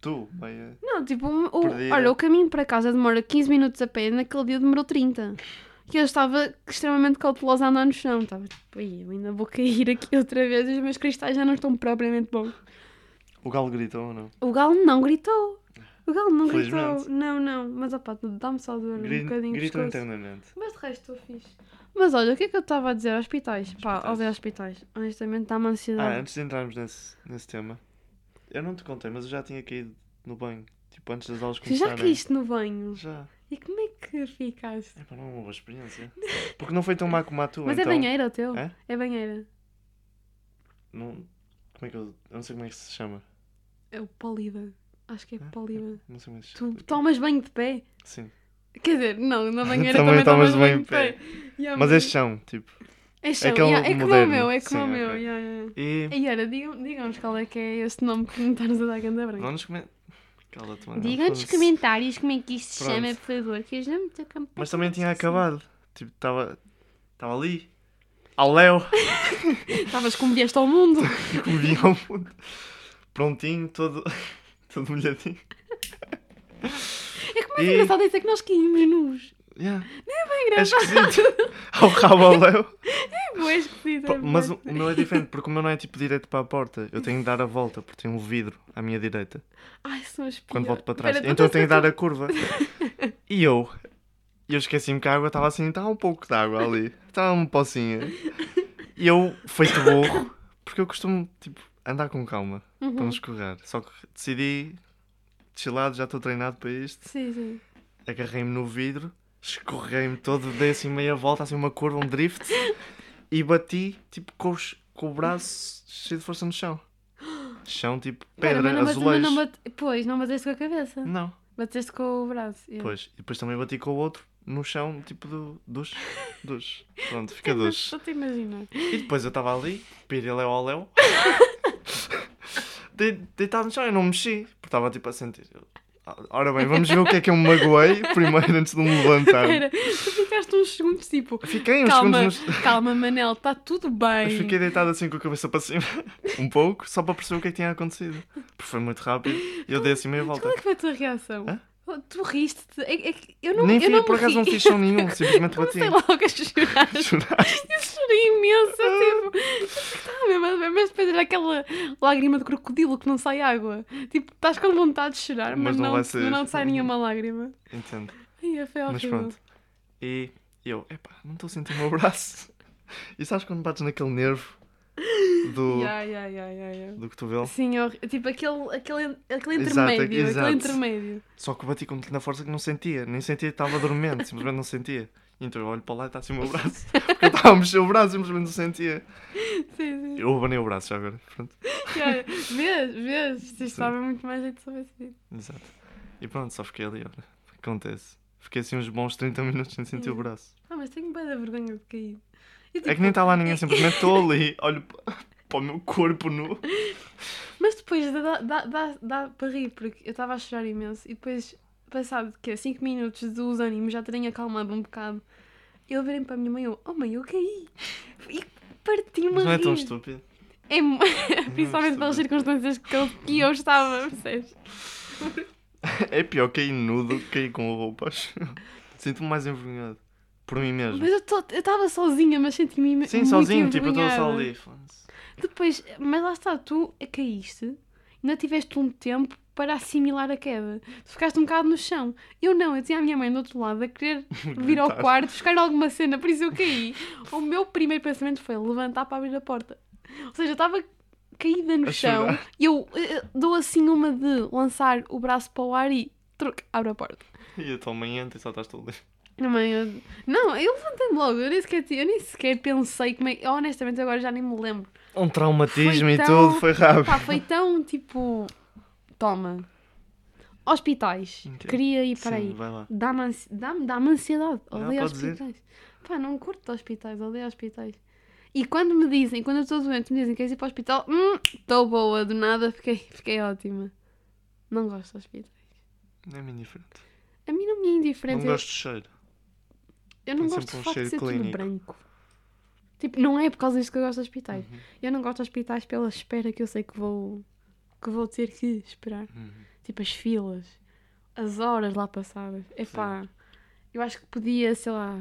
Speaker 2: Tu, meia.
Speaker 1: Não, tipo, o- o-
Speaker 2: Perdida.
Speaker 1: olha, o caminho para casa demora 15 minutos a pé, naquele dia demorou 30. E eu estava extremamente cautelosa a andar no chão, estava tipo, "Ai, eu ainda vou cair aqui outra vez, os meus cristais já não estão propriamente bons.
Speaker 2: O galo gritou ou não?
Speaker 1: O galo não gritou. O galo não gritou.
Speaker 2: Felizmente.
Speaker 1: Não, não, mas opá, dá-me só dor
Speaker 2: Gri-
Speaker 1: um bocadinho de
Speaker 2: gritou então.
Speaker 1: pescoço.
Speaker 2: internamente.
Speaker 1: Mas de resto estou fixe. Mas olha, o que é que eu estava a dizer? Hospitais. Pá,
Speaker 2: Hospitais.
Speaker 1: odeio hospitais. Honestamente, dá-me
Speaker 2: Ah,
Speaker 1: ansiedade.
Speaker 2: antes de entrarmos nesse, nesse tema, eu não te contei, mas eu já tinha caído no banho. Tipo, antes das aulas
Speaker 1: tu já
Speaker 2: começarem.
Speaker 1: caíste no banho.
Speaker 2: Já.
Speaker 1: E como é que ficaste?
Speaker 2: É para não é uma boa experiência. Porque não foi tão má como a tua,
Speaker 1: Mas
Speaker 2: então.
Speaker 1: é banheira o teu?
Speaker 2: Hã?
Speaker 1: É banheira.
Speaker 2: Não, como é que eu, eu não sei como é que se chama.
Speaker 1: É o Poliba. Acho que é
Speaker 2: Hã?
Speaker 1: Poliba.
Speaker 2: Não sei como é que se
Speaker 1: Tu
Speaker 2: chama.
Speaker 1: tomas banho de pé?
Speaker 2: Sim.
Speaker 1: Quer dizer, não,
Speaker 2: [laughs]
Speaker 1: na banheira
Speaker 2: Também
Speaker 1: também,
Speaker 2: tomas
Speaker 1: tomas banho de pé. Yeah,
Speaker 2: Mas é chão, tipo.
Speaker 1: é chão.
Speaker 2: aquele
Speaker 1: yeah, é como o
Speaker 2: moderno.
Speaker 1: meu, é como
Speaker 2: Sim,
Speaker 1: o meu.
Speaker 2: ok.
Speaker 1: yeah, yeah.
Speaker 2: E.
Speaker 1: E ora, digam- digam-nos qual é que é este nome que está-nos a dar ganda branca.
Speaker 2: Não nos comente. Cala-te, mano.
Speaker 1: Digam-nos
Speaker 2: Foda-se.
Speaker 1: comentários como é que isto se
Speaker 2: Pronto.
Speaker 1: chama, por favor, que eu já me estou
Speaker 2: Mas também tinha
Speaker 1: completamente
Speaker 2: acabado. Tipo, estava. Estava ali. Ao Léo. [laughs]
Speaker 1: Estavas como vieste ao [laughs] mundo. É
Speaker 2: Tipo, vinha ao fundo. Prontinho, todo. [laughs] todo molhadinho.
Speaker 1: É que mais
Speaker 2: E-
Speaker 1: engraçado isso é que nós caímos nus.
Speaker 2: Yeah.
Speaker 1: É
Speaker 2: É
Speaker 1: engraçado.
Speaker 2: esquisito. ao rabo ao
Speaker 1: [laughs]
Speaker 2: Léo.
Speaker 1: É bué esquisito. é
Speaker 2: Pá, Mas o
Speaker 1: bué.
Speaker 2: o meu é diferente, porque o meu não é tipo direito para a porta. Eu tenho de dar a volta, porque tem um vidro à minha direita.
Speaker 1: Ai, são as
Speaker 2: Quando
Speaker 1: piores.
Speaker 2: volto para trás.
Speaker 1: Espera,
Speaker 2: então eu
Speaker 1: estás
Speaker 2: tenho de
Speaker 1: a
Speaker 2: dar a curva. E eu. Eu esqueci-me que a água estava assim, estava um pouco de água ali. Estava uma pocinha. E eu, feito burro, porque eu costumo, tipo, andar com calma.
Speaker 1: Uhum.
Speaker 2: para não escorregar. Só que decidi, chilado, já estou treinado para isto.
Speaker 1: Sim, sim.
Speaker 2: Agarrei-me no vidro, escorreguei-me todo, dei assim meia volta, assim uma curva, um drift e bati, tipo, com, os- com o braço cheio de força no chão. Chão, tipo, pedra,
Speaker 1: Espera, mas não bate- mas
Speaker 2: azulejo.
Speaker 1: não bate- Pois, não bateste com a cabeça.
Speaker 2: Não,
Speaker 1: Bateste com o braço. yeah.
Speaker 2: pois. E depois também bati com o outro no chão, tipo, do, dos. dos. Pronto,
Speaker 1: [laughs]
Speaker 2: fica
Speaker 1: Mas
Speaker 2: dos.
Speaker 1: Só te imaginar.
Speaker 2: E depois eu estava ali, piriléu ao
Speaker 1: [laughs]
Speaker 2: léu, de, deitado no chão, eu não mexi, porque estava tipo a sentir. Eu, Ora bem, vamos ver o que é que eu me magoei primeiro antes de me levantar.
Speaker 1: Espera, tu ficaste uns segundos tipo.
Speaker 2: Fiquei Tá. uns
Speaker 1: Calma,
Speaker 2: segundos. Nos...
Speaker 1: calma, Manel, está tudo
Speaker 2: Mas
Speaker 1: bem.
Speaker 2: fiquei deitado assim com a cabeça para cima, [laughs] um pouco, só para perceber o que é que tinha acontecido. Porque foi muito rápido e eu dei assim meia volta.
Speaker 1: Qual é que foi a tua reação?
Speaker 2: Hã?
Speaker 1: Tu riste-te. É- é que eu não
Speaker 2: Nem
Speaker 1: eu
Speaker 2: fiz,
Speaker 1: não
Speaker 2: por
Speaker 1: me
Speaker 2: acaso não
Speaker 1: ri. [laughs]
Speaker 2: fiz som nenhum, simplesmente bati. [laughs]
Speaker 1: Comecei logo a é chorar.
Speaker 2: Choraste?
Speaker 1: Eu chorei imenso.
Speaker 2: Ah.
Speaker 1: eu, tipo, eu estava mesmo a ver, mas depois era aquela lágrima de crocodilo que não sai água. Tipo, estás com vontade de chorar,
Speaker 2: Mas
Speaker 1: mas,
Speaker 2: não
Speaker 1: não,
Speaker 2: vai
Speaker 1: te-
Speaker 2: sair.
Speaker 1: não te sai nenhuma lágrima.
Speaker 2: Entendo.
Speaker 1: Ai, foi
Speaker 2: Mas
Speaker 1: horrível.
Speaker 2: pronto. E eu, epá, não estou a sentir o meu braço. E sabes quando bates naquele nervo
Speaker 1: [laughs]
Speaker 2: do,
Speaker 1: Ai, ai, ai, ai, ai.
Speaker 2: do cotovelo?
Speaker 1: Sim, hor- tipo aquele, aquele, aquele
Speaker 2: Exato,
Speaker 1: intermédio.
Speaker 2: exato.
Speaker 1: Aquele intermédio.
Speaker 2: Só que eu bati com tanta força que não sentia, nem sentia, estava dormente, simplesmente não sentia. Então eu olho para lá e está assim o meu
Speaker 1: [laughs]
Speaker 2: braço. Porque eu estava a mexer o braço, simplesmente não sentia.
Speaker 1: Sim, sim.
Speaker 2: Eu abanei o braço já agora, pronto.
Speaker 1: Ai, Vês, vês. Isto estava muito mais jeito sobre isso.
Speaker 2: Exato. E pronto, só fiquei ali, olha. Acontece. Fiquei assim uns bons 30 minutos sem sentir o
Speaker 1: Yeah.
Speaker 2: braço.
Speaker 1: Ah, mas tenho bem da vergonha de cair. E,
Speaker 2: É que
Speaker 1: tipo,
Speaker 2: nem está lá
Speaker 1: [laughs]
Speaker 2: ninguém,
Speaker 1: e-
Speaker 2: simplesmente estou ali, olho pa- para o meu corpo nu.
Speaker 1: Mas depois dá, dá, dá, dá para rir, porque eu estava a chorar imenso e depois, passado que 5 minutos dos ânimos já terem acalmado um bocado, eu virei para a minha mãe eu, oh mãe, eu caí. E parti-me
Speaker 2: Mas não
Speaker 1: a
Speaker 2: é tão
Speaker 1: rir.
Speaker 2: estúpido.
Speaker 1: É mu- Principalmente pelas
Speaker 2: estúpido.
Speaker 1: circunstâncias que eu, que eu estava, percebes?
Speaker 2: É pior cair nudo que cair com roupas. [laughs] Sinto-me mais envergonhado. Por mim mesmo.
Speaker 1: Mas eu tô- eu estava sozinha, mas senti-me ime-
Speaker 2: Sim,
Speaker 1: muito
Speaker 2: sozinho, tipo, eu estou só
Speaker 1: envergonhada.
Speaker 2: ali. foda-se.
Speaker 1: Depois, mas lá está, tu é caíste, ainda tiveste um tempo para assimilar a queda. Tu ficaste um bocado no chão. Eu não, eu tinha a minha mãe do outro lado a querer vir ao
Speaker 2: Gritar.
Speaker 1: quarto buscar alguma cena, por isso eu caí. O meu primeiro pensamento foi levantar para abrir a porta. Ou seja, eu estava caída no
Speaker 2: A
Speaker 1: chão
Speaker 2: chorar.
Speaker 1: e eu, eh, dou assim uma de lançar o braço para o ar e truque, abro a porta.
Speaker 2: E a tua mãe entra e só estás tu ali.
Speaker 1: Minha mãe, eu- Não, eu levantei logo, eu nem sequer, ti- eu nem sequer pensei como é. Honestamente, agora já nem me lembro.
Speaker 2: Um traumatismo
Speaker 1: Foi
Speaker 2: e
Speaker 1: tão-
Speaker 2: tudo, foi rápido.
Speaker 1: Pá, foi tão tipo. Toma. Hospitais.
Speaker 2: Entendo.
Speaker 1: Queria ir para
Speaker 2: Sim,
Speaker 1: aí.
Speaker 2: vai lá.
Speaker 1: Dá-me ansi... dá-me- dá-me ansiedade.
Speaker 2: Não,
Speaker 1: Odeio
Speaker 2: podes ir.
Speaker 1: hospitais. Pá, não curto hospitais, odeio hospitais. E quando me dizem, quando eu estou doente, me dizem que queres ir para o hospital, hum, estou boa, do nada, fiquei, fiquei ótima. Não gosto de hospitais.
Speaker 2: Não é me indiferente.
Speaker 1: A mim não me é indiferente.
Speaker 2: Não
Speaker 1: eu-
Speaker 2: gosto de cheiro.
Speaker 1: eu não
Speaker 2: tem
Speaker 1: gosto
Speaker 2: sempre
Speaker 1: do
Speaker 2: um
Speaker 1: facto de
Speaker 2: cheiro
Speaker 1: ser tudo
Speaker 2: clínico.
Speaker 1: branco. Tipo, não é por causa disto que eu gosto de hospitais.
Speaker 2: Uhum.
Speaker 1: Eu não gosto de hospitais pela espera que eu sei que vou, que vou ter que esperar.
Speaker 2: Uhum.
Speaker 1: Tipo, as filas, as horas lá passadas. Epá, eu acho que podia, sei lá,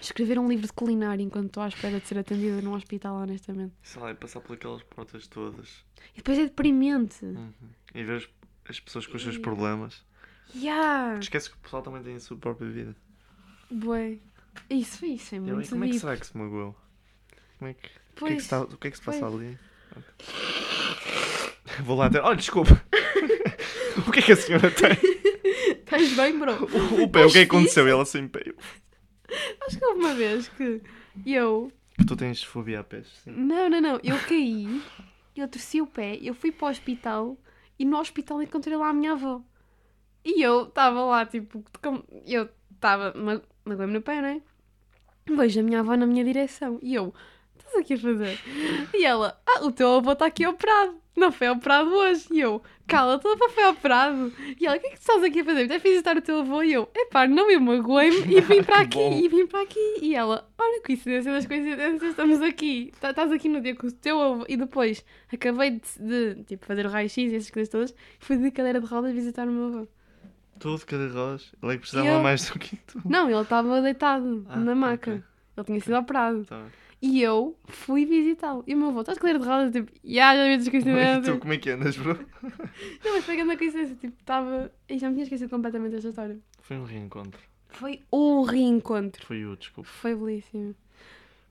Speaker 1: escrever um livro de culinária enquanto estou à espera de ser atendida num hospital, honestamente.
Speaker 2: Sei lá, e passar por aquelas portas todas.
Speaker 1: E depois é deprimente.
Speaker 2: Uhum. E ver as, as pessoas com os seus problemas.
Speaker 1: Yeah!
Speaker 2: Esquece que o pessoal também tem a sua própria vida.
Speaker 1: Bué. Isso foi isso, é
Speaker 2: E eu, e
Speaker 1: muito
Speaker 2: como é que
Speaker 1: deep.
Speaker 2: será que se magoou? Como é que... O que, é que
Speaker 1: Pois,
Speaker 2: se tá- o que é que se passa
Speaker 1: pois.
Speaker 2: ali? Vou lá ter. Olha, desculpa. [laughs] o que é que a senhora
Speaker 1: [laughs]
Speaker 2: tem?
Speaker 1: [laughs] estás bem, bro?
Speaker 2: O, o pé, o que é que aconteceu? Ela sem pé.
Speaker 1: Acho que houve uma vez que eu
Speaker 2: Tu tens fobia a pés. Sim.
Speaker 1: Não, não, não. Eu caí, eu torci o pé, eu fui para o hospital e no hospital encontrei lá a minha avó. E eu estava lá, tipo, com- eu estava, ma- magoei-me no pé, não é? Vejo a minha avó na minha direção e eu, estás aqui a fazer? E ela, ah, o teu avô está aqui operado. Não foi operado hoje. E eu, cala-te, o avô foi operado. E ela, o que é que tu estás aqui a fazer? Até fiz visitar o teu avô. E eu, epá, não, eu magoei-me e vim para
Speaker 2: [laughs] Que
Speaker 1: aqui,
Speaker 2: bom.
Speaker 1: e vim para aqui. E ela, olha, coincidência das coincidências, estamos aqui. Tá- Estás aqui no dia com o teu avô. E depois, acabei de, de, tipo, fazer o raio-x e essas coisas todas. Fui de cadeira de rodas visitar o meu
Speaker 2: Hum.
Speaker 1: avô.
Speaker 2: Tudo de cada rosa. Ele é que precisava
Speaker 1: Eu-
Speaker 2: mais do que tu.
Speaker 1: Não, ele estava deitado
Speaker 2: Ah,
Speaker 1: na maca.
Speaker 2: ok.
Speaker 1: Ele tinha sido operado.
Speaker 2: Tá bem.
Speaker 1: E eu fui visitá-lo. E o meu avô, estás de cadeira de rodas? Tipo, "Ya, já vi essas
Speaker 2: E
Speaker 1: coincidências.
Speaker 2: tu, como é que andas, bro?
Speaker 1: Não, mas pegando a coincidência, tipo, estava. E já me tinha esquecido completamente desta história.
Speaker 2: Foi um reencontro.
Speaker 1: Foi um reencontro.
Speaker 2: Foi o desculpa.
Speaker 1: Foi belíssimo.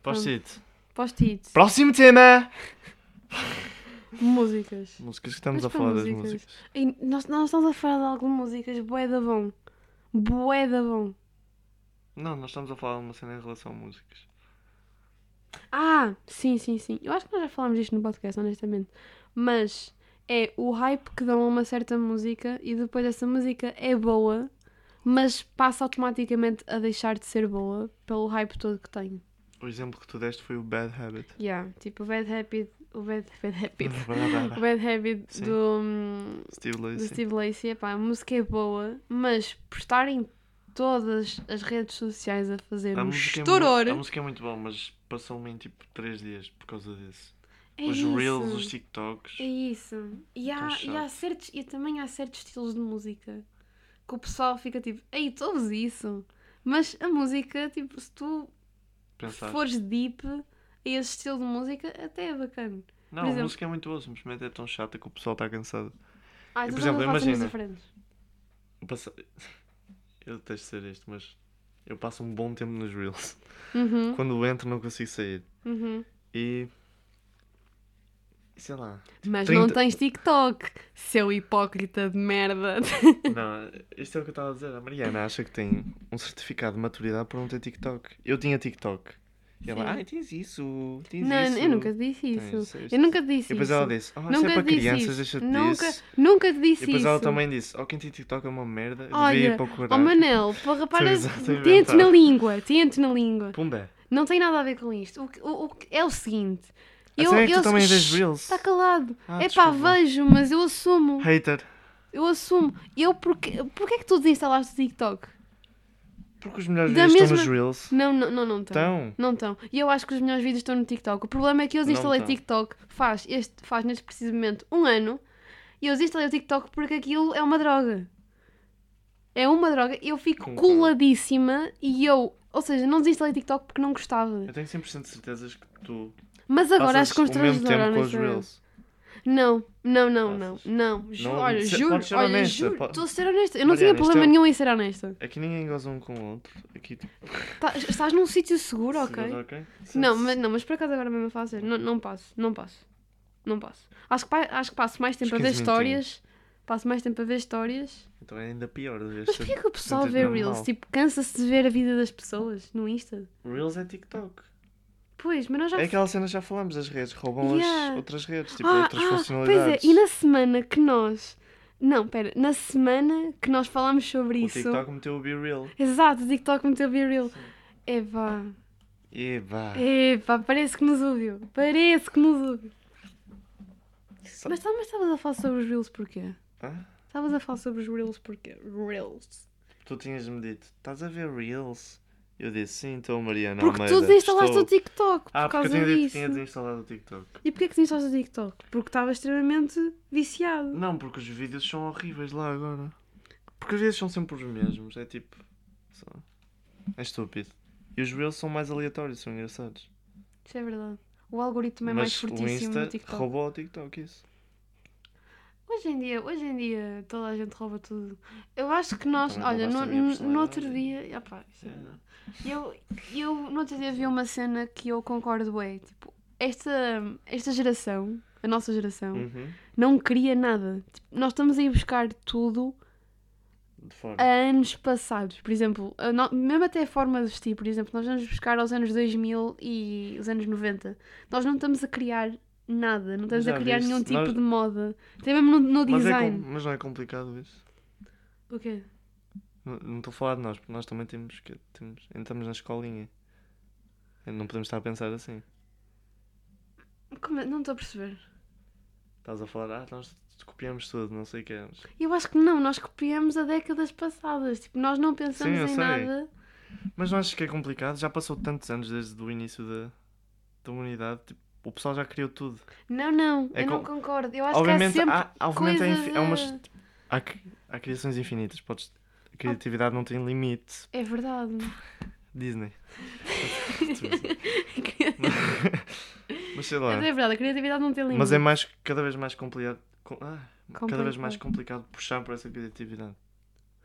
Speaker 2: Post-it.
Speaker 1: Post-its,
Speaker 2: Próximo tema!
Speaker 1: músicas.
Speaker 2: Músicas que estamos
Speaker 1: Mas
Speaker 2: a
Speaker 1: para
Speaker 2: falar das
Speaker 1: músicas.
Speaker 2: músicas.
Speaker 1: E nós, nós estamos a falar de algumas músicas bué da bom. Bué da bom.
Speaker 2: Não, nós estamos a falar de uma cena em relação a músicas.
Speaker 1: Ah, sim, sim, sim. Eu acho que nós já falámos disto no podcast, honestamente. Mas é o hype que dão a uma certa música e depois essa música é boa, mas passa automaticamente a deixar de ser boa pelo hype todo que tem.
Speaker 2: O exemplo que tu deste foi o Bad Habit.
Speaker 1: Yeah, tipo o Bad Habit, o Bad, bad Habit,
Speaker 2: [laughs]
Speaker 1: [laughs] o
Speaker 2: Blablabla.
Speaker 1: Bad Habit
Speaker 2: Uhum. Sim.
Speaker 1: do, hum,
Speaker 2: Steve
Speaker 1: do
Speaker 2: Lacey.
Speaker 1: Steve Lacey, epá, a música é boa, mas por estarem todas as redes sociais a fazer um
Speaker 2: é
Speaker 1: estouror,
Speaker 2: mu- a música é muito boa, mas passou-me em tipo 3 dias por causa disso.
Speaker 1: é
Speaker 2: os
Speaker 1: isso.
Speaker 2: Reels, os TikToks.
Speaker 1: É isso. E há,
Speaker 2: Tão
Speaker 1: e há
Speaker 2: chato.
Speaker 1: certos, e também há certos estilos de música que o pessoal fica tipo, ei, tu ouves isso? Mas a música, tipo, se tu
Speaker 2: Pensar.
Speaker 1: fores deep a esse estilo de música, até é bacana.
Speaker 2: Não,
Speaker 1: por exemplo-
Speaker 2: a música é muito boa, simplesmente é tão chata que o pessoal está cansado.
Speaker 1: Ah,
Speaker 2: E, por
Speaker 1: então estamos a
Speaker 2: exemplo,
Speaker 1: falar de cenas
Speaker 2: imagina.
Speaker 1: diferentes.
Speaker 2: Eu passo... [laughs] Eu detesto ser este, mas eu passo um bom tempo nos Reels.
Speaker 1: Uhum,
Speaker 2: Quando entro não consigo sair.
Speaker 1: uhum.
Speaker 2: E. Sei
Speaker 1: [laughs]
Speaker 2: lá.
Speaker 1: Mas
Speaker 2: 30
Speaker 1: não tens TikTok, seu hipócrita de merda.
Speaker 2: Não, isto é o que eu estava a dizer. A Mariana acha que tem um certificado de maturidade por não ter TikTok. Eu tinha TikTok. E ela,
Speaker 1: Sim.
Speaker 2: ai, tens isso, tens
Speaker 1: não,
Speaker 2: isso.
Speaker 1: eu nunca te disse isso.
Speaker 2: Tens
Speaker 1: Eu nunca te disse
Speaker 2: E depois
Speaker 1: isso.
Speaker 2: ela disse, oh, isso
Speaker 1: nunca
Speaker 2: é para
Speaker 1: te disse
Speaker 2: crianças,
Speaker 1: isso.
Speaker 2: deixa-te
Speaker 1: nunca,
Speaker 2: disso.
Speaker 1: nunca te
Speaker 2: E
Speaker 1: disse
Speaker 2: depois
Speaker 1: isso.
Speaker 2: ela também disse, oh, quem tem TikTok é uma merda, eu devia
Speaker 1: Olha,
Speaker 2: ir procurar.
Speaker 1: Oh Manel,
Speaker 2: [laughs]
Speaker 1: porra, para.
Speaker 2: Estou exato a
Speaker 1: Tente na
Speaker 2: inventar.
Speaker 1: língua, tente na língua.
Speaker 2: Pumba.
Speaker 1: Não tem nada a ver com isto. O, que- o, o que- é o seguinte.
Speaker 2: Eu, é que tu também vês Reels?
Speaker 1: Está calado.
Speaker 2: Ah,
Speaker 1: é pá,
Speaker 2: desculpa.
Speaker 1: vejo, mas eu assumo.
Speaker 2: Hater.
Speaker 1: Eu assumo. Eu porque. Porquê é que tu desinstalaste o TikTok?
Speaker 2: Porque os melhores
Speaker 1: Da
Speaker 2: vídeos estão
Speaker 1: mesma-
Speaker 2: nos Reels.
Speaker 1: Não, não, não, não estão.
Speaker 2: Então,
Speaker 1: Não estão. E eu acho que os melhores vídeos estão no TikTok. O problema é que eu
Speaker 2: Não
Speaker 1: desinstalei
Speaker 2: tão.
Speaker 1: TikTok faz, este, faz neste precisamente um ano e eu desinstalei o TikTok porque aquilo é uma droga. É uma droga. Eu fico
Speaker 2: Concordo.
Speaker 1: coladíssima e eu. Ou seja, não desinstalei TikTok porque não gostava.
Speaker 2: eu tenho 100% de certezas que tu
Speaker 1: Mas agora
Speaker 2: passas
Speaker 1: acho
Speaker 2: o mesmo
Speaker 1: constrangedor,
Speaker 2: tempo com os
Speaker 1: honestamente.
Speaker 2: Reels.
Speaker 1: Não, não, não, não,
Speaker 2: Passas.
Speaker 1: não. Ju-
Speaker 2: Tá Não,
Speaker 1: olha,
Speaker 2: se-
Speaker 1: juro,
Speaker 2: podes ser
Speaker 1: olha,
Speaker 2: honesta,
Speaker 1: juro.
Speaker 2: po-
Speaker 1: Estou a ser honesta. Eu não
Speaker 2: Mariana,
Speaker 1: tinha
Speaker 2: isto
Speaker 1: problema
Speaker 2: é um-
Speaker 1: nenhum em ser honesta.
Speaker 2: Aqui ninguém goza um com o outro. Aqui tipo,
Speaker 1: Tá- estás num sítio seguro,
Speaker 2: se
Speaker 1: ok?
Speaker 2: goza, ok? Se-
Speaker 1: Não,
Speaker 2: se-
Speaker 1: mas, não, mas por acaso agora mesmo eu faço. Não, não passo, não passo. Não passo. Acho que, pa- acho que passo mais tempo a ver
Speaker 2: Esquisito.
Speaker 1: histórias. Passo mais tempo a ver histórias.
Speaker 2: Então é ainda pior.
Speaker 1: Mas porquê que o pessoal vê Reels? Tipo, cansa-se de ver a vida das pessoas no Insta?
Speaker 2: Reels é TikTok.
Speaker 1: Pois, mas nós já.
Speaker 2: É aquela cena que já falamos, as redes roubam
Speaker 1: Yeah.
Speaker 2: as outras redes, tipo
Speaker 1: Ah,
Speaker 2: outras
Speaker 1: ah,
Speaker 2: funcionalidades.
Speaker 1: Pois é, e na semana que nós. Não, pera, na semana que nós falámos sobre
Speaker 2: O
Speaker 1: isso.
Speaker 2: TikTok meteu o Be Real.
Speaker 1: Exato, o TikTok meteu Be Real. Epá,
Speaker 2: Eba.
Speaker 1: epá, parece que nos ouviu. Parece que nos ouviu.
Speaker 2: Sa-
Speaker 1: Mas tá- mas estavas a falar sobre os Reels porquê?
Speaker 2: Hã?
Speaker 1: Estavas a falar sobre os Reels porquê? Reels.
Speaker 2: Tu tinhas-me dito, estás a ver Reels? Eu disse, sim, então Mariana
Speaker 1: Porque tu
Speaker 2: Almeida,
Speaker 1: desinstalaste
Speaker 2: estou...
Speaker 1: o TikTok por
Speaker 2: Ah, porque
Speaker 1: causa
Speaker 2: eu tinha dito que
Speaker 1: disso.
Speaker 2: tinha desinstalado o TikTok.
Speaker 1: E porquê que desinstalaste o TikTok? Porque estava extremamente viciado.
Speaker 2: Não, porque os vídeos são horríveis lá agora. Porque os vídeos são sempre os mesmos, é tipo... sei lá, É estúpido. E os Reels são mais aleatórios, são engraçados.
Speaker 1: Isso é verdade. O algoritmo é mais
Speaker 2: Mas o
Speaker 1: fortíssimo
Speaker 2: Insta
Speaker 1: no TikTok.
Speaker 2: roubou o TikTok, isso.
Speaker 1: Hoje em dia, hoje em dia, toda a gente rouba tudo. Eu acho que nós,
Speaker 2: Também
Speaker 1: olha,
Speaker 2: roubaste
Speaker 1: no,
Speaker 2: a minha
Speaker 1: no-
Speaker 2: personalidade.
Speaker 1: no outro dia, opá, isso é verdade. eu, eu no outro dia vi uma cena que eu concordo bem, tipo, esta, esta geração, a nossa geração,
Speaker 2: Uhum.
Speaker 1: não queria nada. Tipo, nós estamos a ir buscar tudo
Speaker 2: De fora.
Speaker 1: a anos passados. Por exemplo, a no- mesmo até a forma de vestir, por exemplo, nós vamos buscar aos anos 2000 e os anos 90. Nós não estamos a criar nada, não estamos
Speaker 2: Já
Speaker 1: a criar
Speaker 2: viste,
Speaker 1: nenhum tipo
Speaker 2: nós-
Speaker 1: de moda. Até mesmo no, no
Speaker 2: Mas, é
Speaker 1: design.
Speaker 2: com- mas não é complicado isso.
Speaker 1: O quê?
Speaker 2: Não- Não estou a falar de nós, porque nós também temos que. Temos, ainda estamos na escolinha. Não podemos estar a pensar assim.
Speaker 1: Como é? Não estou a perceber.
Speaker 2: Estás a falar, ah, nós copiamos tudo, não sei o que é. Mas,
Speaker 1: Eu acho que não, nós copiamos a décadas passadas. Tipo, nós não pensamos
Speaker 2: Sim, eu
Speaker 1: em
Speaker 2: sei.
Speaker 1: nada.
Speaker 2: mas não achas que é complicado? Já passou tantos anos desde o início da, da humanidade, tipo, o pessoal já criou tudo.
Speaker 1: Não, não,
Speaker 2: É
Speaker 1: eu não
Speaker 2: com-
Speaker 1: concordo. Eu acho
Speaker 2: obviamente,
Speaker 1: que há sempre
Speaker 2: há, obviamente
Speaker 1: coisa
Speaker 2: há, infi- há é umas.
Speaker 1: de-
Speaker 2: Há, cri- há criações infinitas. Podes, a criatividade não tem limite.
Speaker 1: É
Speaker 2: [laughs]
Speaker 1: verdade.
Speaker 2: Disney. [laughs]
Speaker 1: [laughs]
Speaker 2: mas sei lá.
Speaker 1: É verdade, a criatividade não tem limite.
Speaker 2: Mas é mais, cada vez mais complicado. com- ah, Cada vez
Speaker 1: Complicado.
Speaker 2: mais complicado puxar por essa criatividade.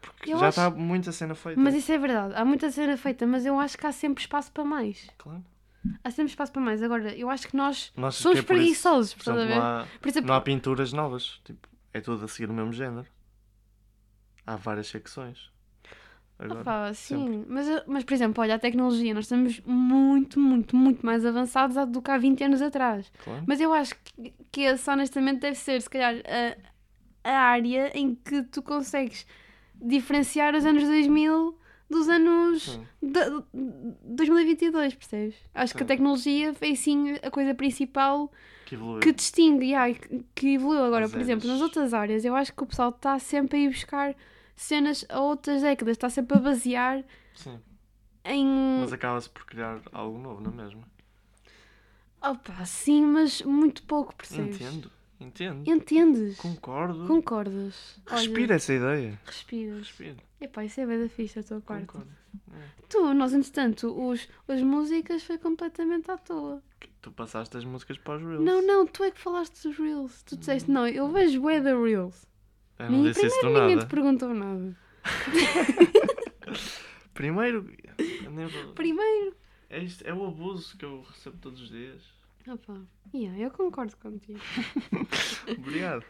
Speaker 2: Porque
Speaker 1: Eu
Speaker 2: já
Speaker 1: acho-
Speaker 2: está muita cena feita.
Speaker 1: Mas isso é verdade. Há muita cena feita, mas eu acho que há sempre espaço para mais.
Speaker 2: Claro.
Speaker 1: Há sempre espaço para mais. Agora, eu acho que nós
Speaker 2: Não achas
Speaker 1: somos
Speaker 2: que é por isso,
Speaker 1: preguiçosos,
Speaker 2: Por
Speaker 1: estás a
Speaker 2: exemplo,
Speaker 1: ver?
Speaker 2: não há,
Speaker 1: Por exemplo,
Speaker 2: não há pinturas novas. Tipo, é tudo a seguir o mesmo género. Há várias secções. Agora,
Speaker 1: opá, sim.
Speaker 2: sempre.
Speaker 1: Mas, mas, por exemplo, olha, a tecnologia, nós estamos muito, muito, muito mais avançados do que há 20 anos atrás.
Speaker 2: claro.
Speaker 1: Mas eu acho que, que essa, honestamente, deve ser, se calhar, a, a área em que tu consegues diferenciar os anos 2000 dos anos
Speaker 2: Sim.
Speaker 1: de- de- 2022, percebes? Acho que a
Speaker 2: Sim.
Speaker 1: tecnologia foi, sim, a coisa principal
Speaker 2: Que evoluiu.
Speaker 1: que distingue, yeah, e que- que evoluiu agora.
Speaker 2: As
Speaker 1: Por exemplo, nas
Speaker 2: eras.
Speaker 1: outras áreas, eu acho que o pessoal está sempre a ir buscar cenas a outras décadas, está sempre a basear
Speaker 2: Sim.
Speaker 1: em.
Speaker 2: Mas acaba-se por criar algo novo, não é mesmo?
Speaker 1: Opa, sim, mas muito pouco, percebes?
Speaker 2: Entendo. Entende?
Speaker 1: Entendes?
Speaker 2: Concordo.
Speaker 1: Concordas? Olha,
Speaker 2: Respira essa ideia.
Speaker 1: Respiras.
Speaker 2: Respira.
Speaker 1: Epá, isso é bem da ficha a tua parte.
Speaker 2: Concordo. É.
Speaker 1: Tu, nós entretanto, os, as músicas foi completamente à toa.
Speaker 2: Tu passaste as músicas para os Reels. Hum.
Speaker 1: Não, não, tu é que falaste dos Reels. Tu disseste, não, eu vejo bué da Reels.
Speaker 2: Eu não
Speaker 1: Ninguém-
Speaker 2: disse isso do
Speaker 1: primeiro ninguém
Speaker 2: nada.
Speaker 1: te perguntou nada.
Speaker 2: Primeiro, eu nem vou-
Speaker 1: Primeiro.
Speaker 2: é, isto, é o abuso que eu recebo todos os
Speaker 1: [laughs]
Speaker 2: dias.
Speaker 1: Opa, yeah, eu concordo contigo.
Speaker 2: Obrigado.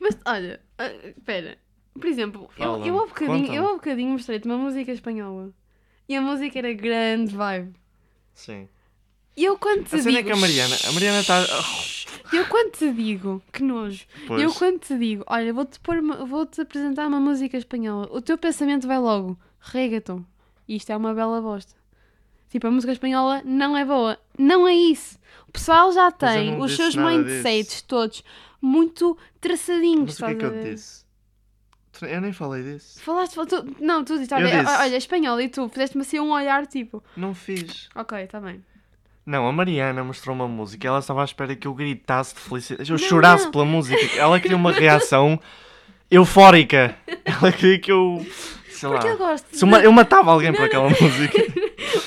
Speaker 1: Mas olha, ah, espera. Por exemplo, eu,
Speaker 2: Fala-me,
Speaker 1: eu, há bocadinho,
Speaker 2: conta-me.
Speaker 1: eu há bocadinho mostrei-te uma música espanhola. E a música era grande vibe.
Speaker 2: Sim.
Speaker 1: E eu quando te
Speaker 2: A cena é
Speaker 1: digo.
Speaker 2: que a Mariana. A Mariana tá está.
Speaker 1: Eu quando te digo, que nojo.
Speaker 2: pois.
Speaker 1: Eu quando te digo, olha, vou-te pôr uma- vou-te apresentar uma música espanhola, o teu pensamento vai logo, reggaeton. Isto é uma bela bosta. Tipo, a música espanhola não é boa. Não é isso. O pessoal já
Speaker 2: eu
Speaker 1: tem
Speaker 2: não
Speaker 1: os
Speaker 2: disse
Speaker 1: seus
Speaker 2: nada
Speaker 1: mindsets
Speaker 2: disso.
Speaker 1: todos muito
Speaker 2: Mas o
Speaker 1: traçadinhos.
Speaker 2: que é
Speaker 1: estás
Speaker 2: que
Speaker 1: a
Speaker 2: eu
Speaker 1: ver?
Speaker 2: te disse? Tu- Eu nem falei disso.
Speaker 1: Falaste, fal- tu, não, tu dizes, olha,
Speaker 2: Eu disse.
Speaker 1: olha, espanhola, e tu fizeste-me assim um olhar tipo,
Speaker 2: Não fiz.
Speaker 1: ok, está bem.
Speaker 2: Não, a Mariana mostrou uma música. Ela estava à espera que eu gritasse de felicidade. Eu
Speaker 1: Não,
Speaker 2: chorasse
Speaker 1: não.
Speaker 2: pela música. Ela queria uma reação eufórica. Ela queria que eu. Sei
Speaker 1: Porque
Speaker 2: lá.
Speaker 1: eu gosto.
Speaker 2: Se eu ma-
Speaker 1: de-
Speaker 2: eu matava alguém por aquela
Speaker 1: [laughs]
Speaker 2: música.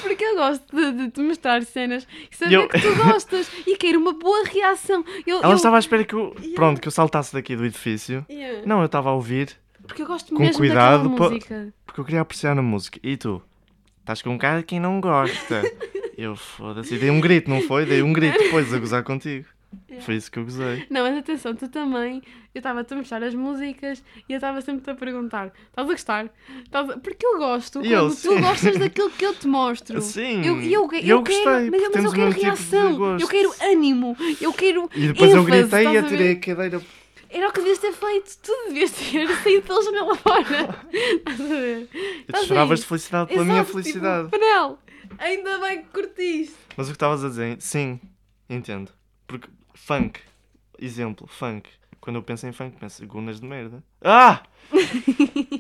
Speaker 1: Porque eu gosto de, de te mostrar cenas e saber
Speaker 2: Eu-
Speaker 1: que tu gostas e quero uma boa reação. Eu,
Speaker 2: Ela
Speaker 1: eu-
Speaker 2: estava à espera que eu.
Speaker 1: Yeah.
Speaker 2: Pronto, que eu saltasse daqui do edifício.
Speaker 1: Yeah.
Speaker 2: Não, eu estava a ouvir
Speaker 1: Porque eu gosto
Speaker 2: Com
Speaker 1: mesmo
Speaker 2: cuidado
Speaker 1: daquela
Speaker 2: pa-
Speaker 1: música.
Speaker 2: porque eu queria apreciar a música. E tu? Estás com um cara que não gosta. Eu foda-se. E dei um grito, não foi? Dei um grito depois a gozar
Speaker 1: [laughs]
Speaker 2: contigo.
Speaker 1: Yeah.
Speaker 2: Foi isso que eu gozei.
Speaker 1: Não, mas atenção, tu também. Eu estava-te a mostrar as músicas e eu estava sempre-te a perguntar: estás a gostar? Estás a- Porque eu gosto
Speaker 2: E
Speaker 1: quando
Speaker 2: eu,
Speaker 1: tu
Speaker 2: sim. [laughs]
Speaker 1: gostas daquilo que eu te mostro.
Speaker 2: Sim.
Speaker 1: Eu, eu, eu,
Speaker 2: e
Speaker 1: quero, mas, eu- mas eu
Speaker 2: temos o
Speaker 1: quero
Speaker 2: mesmo tipo de
Speaker 1: reação, eu
Speaker 2: gosto.
Speaker 1: quero ânimo, eu quero.
Speaker 2: E depois eu
Speaker 1: ênfase,
Speaker 2: gritei e
Speaker 1: estás a ver?
Speaker 2: atirei a cadeira.
Speaker 1: Era o que devias ter feito, tu devias ter saído pela janela fora. Estás a ver?
Speaker 2: E
Speaker 1: Estás
Speaker 2: tu choravas
Speaker 1: aí.
Speaker 2: de felicidade pela minha
Speaker 1: Exato,
Speaker 2: felicidade.
Speaker 1: Tipo, Penel, ainda bem que curtiste.
Speaker 2: Mas o que estavas a dizer, sim, entendo. Porque funk, exemplo, funk. Quando eu penso em funk, penso em gunas de merda.
Speaker 1: [laughs]
Speaker 2: Ah!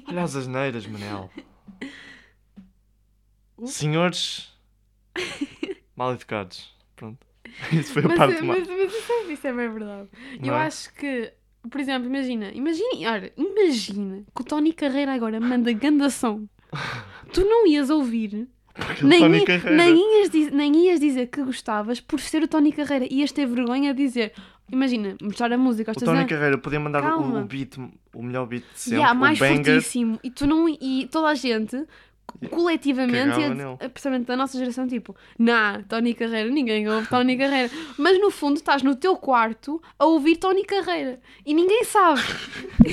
Speaker 2: Olha as asneiras, Manel.
Speaker 1: [laughs]
Speaker 2: Senhores mal educados. Pronto. [laughs] Isso foi a
Speaker 1: Mas,
Speaker 2: parte
Speaker 1: é-
Speaker 2: má.
Speaker 1: mas, mas isso, é, isso é bem verdade. Eu
Speaker 2: Não é?
Speaker 1: acho que, por exemplo, imagina, imagina, olha, imagina que o Tony Carreira agora manda
Speaker 2: [laughs]
Speaker 1: ganda som. Tu não ias ouvir,
Speaker 2: Porque o
Speaker 1: nem,
Speaker 2: Tony
Speaker 1: ia-
Speaker 2: Carreira.
Speaker 1: nem ias, diz- nem ias dizer que gostavas por ser o Tony Carreira. Ias ter vergonha de dizer, imagina, mostrar a música aos
Speaker 2: O
Speaker 1: teus
Speaker 2: Tony
Speaker 1: am-
Speaker 2: Carreira podia mandar o,
Speaker 1: Calma.
Speaker 2: o beat, o melhor beat de sempre,
Speaker 1: Yeah,
Speaker 2: o
Speaker 1: mais
Speaker 2: banger.
Speaker 1: fortíssimo. E tu não e toda a gente coletivamente,
Speaker 2: Cagava
Speaker 1: e a-
Speaker 2: nele.
Speaker 1: a- principalmente da nossa geração, tipo, nah, Tony Carreira, ninguém ouve Tony Carreira. Mas no fundo estás no teu quarto a ouvir Tony Carreira e ninguém sabe.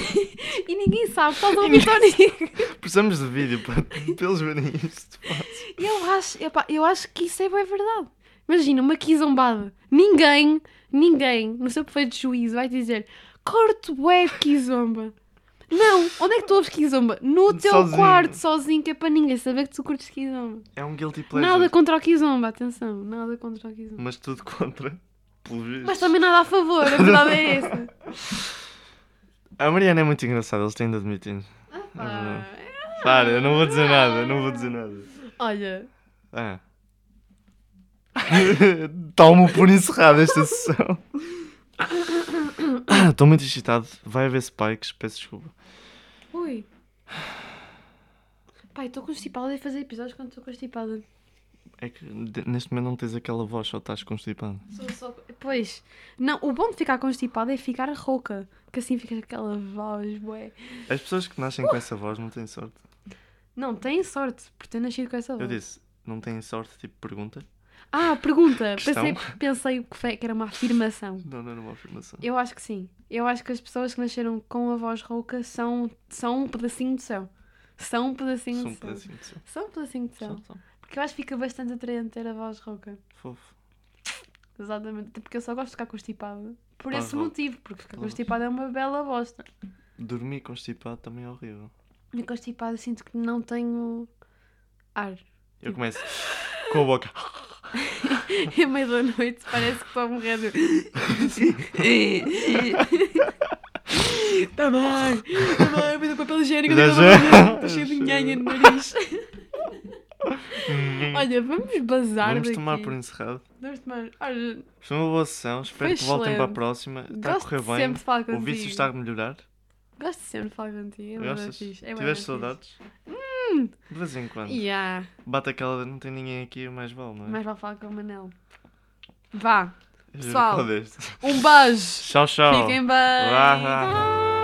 Speaker 1: [laughs] e ninguém sabe, que estás a ouvir Tony.
Speaker 2: Precisamos de vídeo para, [laughs] para eles verem isto. pá.
Speaker 1: E eu acho, epá, eu acho que isso é bem verdade. Imagina, uma quizombada. Ninguém, ninguém, no seu perfeito juízo, vai dizer corto bué de quizomba. Não, onde é que tu ouves quizomba? No teu
Speaker 2: Sozinho.
Speaker 1: quarto, sozinho, que é para ninguém saber que tu curtes quizomba.
Speaker 2: É Hum. um guilty pleasure.
Speaker 1: Nada contra o quizomba, atenção, nada contra o quizomba.
Speaker 2: Mas tudo contra. Pelo visto.
Speaker 1: Mas também nada a favor, a verdade é essa.
Speaker 2: A Mariana é muito engraçada, eles têm de admitir.
Speaker 1: Ah,
Speaker 2: Ah.
Speaker 1: pá.
Speaker 2: Para, eu não vou dizer nada, não vou dizer nada.
Speaker 1: Olha,
Speaker 2: Ah. [laughs] Tomo por encerrada esta sessão. [coughs] Estou muito excitado. Vai haver spikes, peço desculpa.
Speaker 1: ui. Pai, estou constipada e fazer episódios quando estou constipada.
Speaker 2: É que de- neste momento não tens aquela voz, só estás constipado.
Speaker 1: Sou só- Pois, não, o bom de ficar constipada é ficar rouca, que assim fica aquela voz, bué.
Speaker 2: As pessoas que nascem
Speaker 1: Uh!
Speaker 2: com essa voz não têm sorte.
Speaker 1: Não, têm sorte por ter nascido com essa voz.
Speaker 2: Eu disse, não têm sorte, tipo pergunta.
Speaker 1: Ah, pergunta,
Speaker 2: Questão.
Speaker 1: pensei, pensei que, foi- que era uma afirmação.
Speaker 2: Não, não era uma afirmação.
Speaker 1: Eu acho que sim, eu acho que as pessoas que nasceram com a voz rouca são, são um pedacinho do céu. São um pedacinho
Speaker 2: Sou um
Speaker 1: do céu.
Speaker 2: pedacinho de céu.
Speaker 1: São um pedacinho do céu.
Speaker 2: Sou, sou.
Speaker 1: Porque eu acho que fica bastante atraente ter a voz rouca.
Speaker 2: Fofo.
Speaker 1: Exatamente, até porque eu só gosto de ficar constipada. Por
Speaker 2: Voz
Speaker 1: esse
Speaker 2: rouca.
Speaker 1: motivo, porque ficar
Speaker 2: Pela voz.
Speaker 1: constipada é uma bela bosta.
Speaker 2: Dormir constipado também é horrível.
Speaker 1: E constipada sinto que não tenho ar. [laughs] Tipo.
Speaker 2: Eu começo com a boca.
Speaker 1: É meio da noite, parece que estou a morrer. de- tá bem, tá bem, mas o papel higiênico
Speaker 2: Já,
Speaker 1: deu
Speaker 2: já. [laughs]
Speaker 1: Estou cheio de nhanha no nariz. [laughs] Olha, vamos bazar
Speaker 2: Vamos
Speaker 1: daqui.
Speaker 2: tomar por encerrado.
Speaker 1: Vamos tomar. Olha,
Speaker 2: Foi uma boa sessão. Espero
Speaker 1: Foi
Speaker 2: que voltem para a
Speaker 1: excelente.
Speaker 2: próxima. Está Tá a
Speaker 1: gosto
Speaker 2: correr bem.
Speaker 1: sempre de falar
Speaker 2: O
Speaker 1: contigo.
Speaker 2: vício está a melhorar.
Speaker 1: Gosto sempre de falar contigo. É
Speaker 2: Gostas?
Speaker 1: Gostas? Fixe. É bué da
Speaker 2: Tiveste
Speaker 1: fixe. Hum!
Speaker 2: saudades? De vez em quando.
Speaker 1: Yeah.
Speaker 2: Bate aquela de não tem ninguém aqui, mais vale, não é?
Speaker 1: Mais vale falar com o Manel. Vá.
Speaker 2: Juro que
Speaker 1: pessoal.
Speaker 2: odeio-te.
Speaker 1: Um beijo.
Speaker 2: Tchau, tchau.
Speaker 1: Fiquem bem.
Speaker 2: Vá, vá.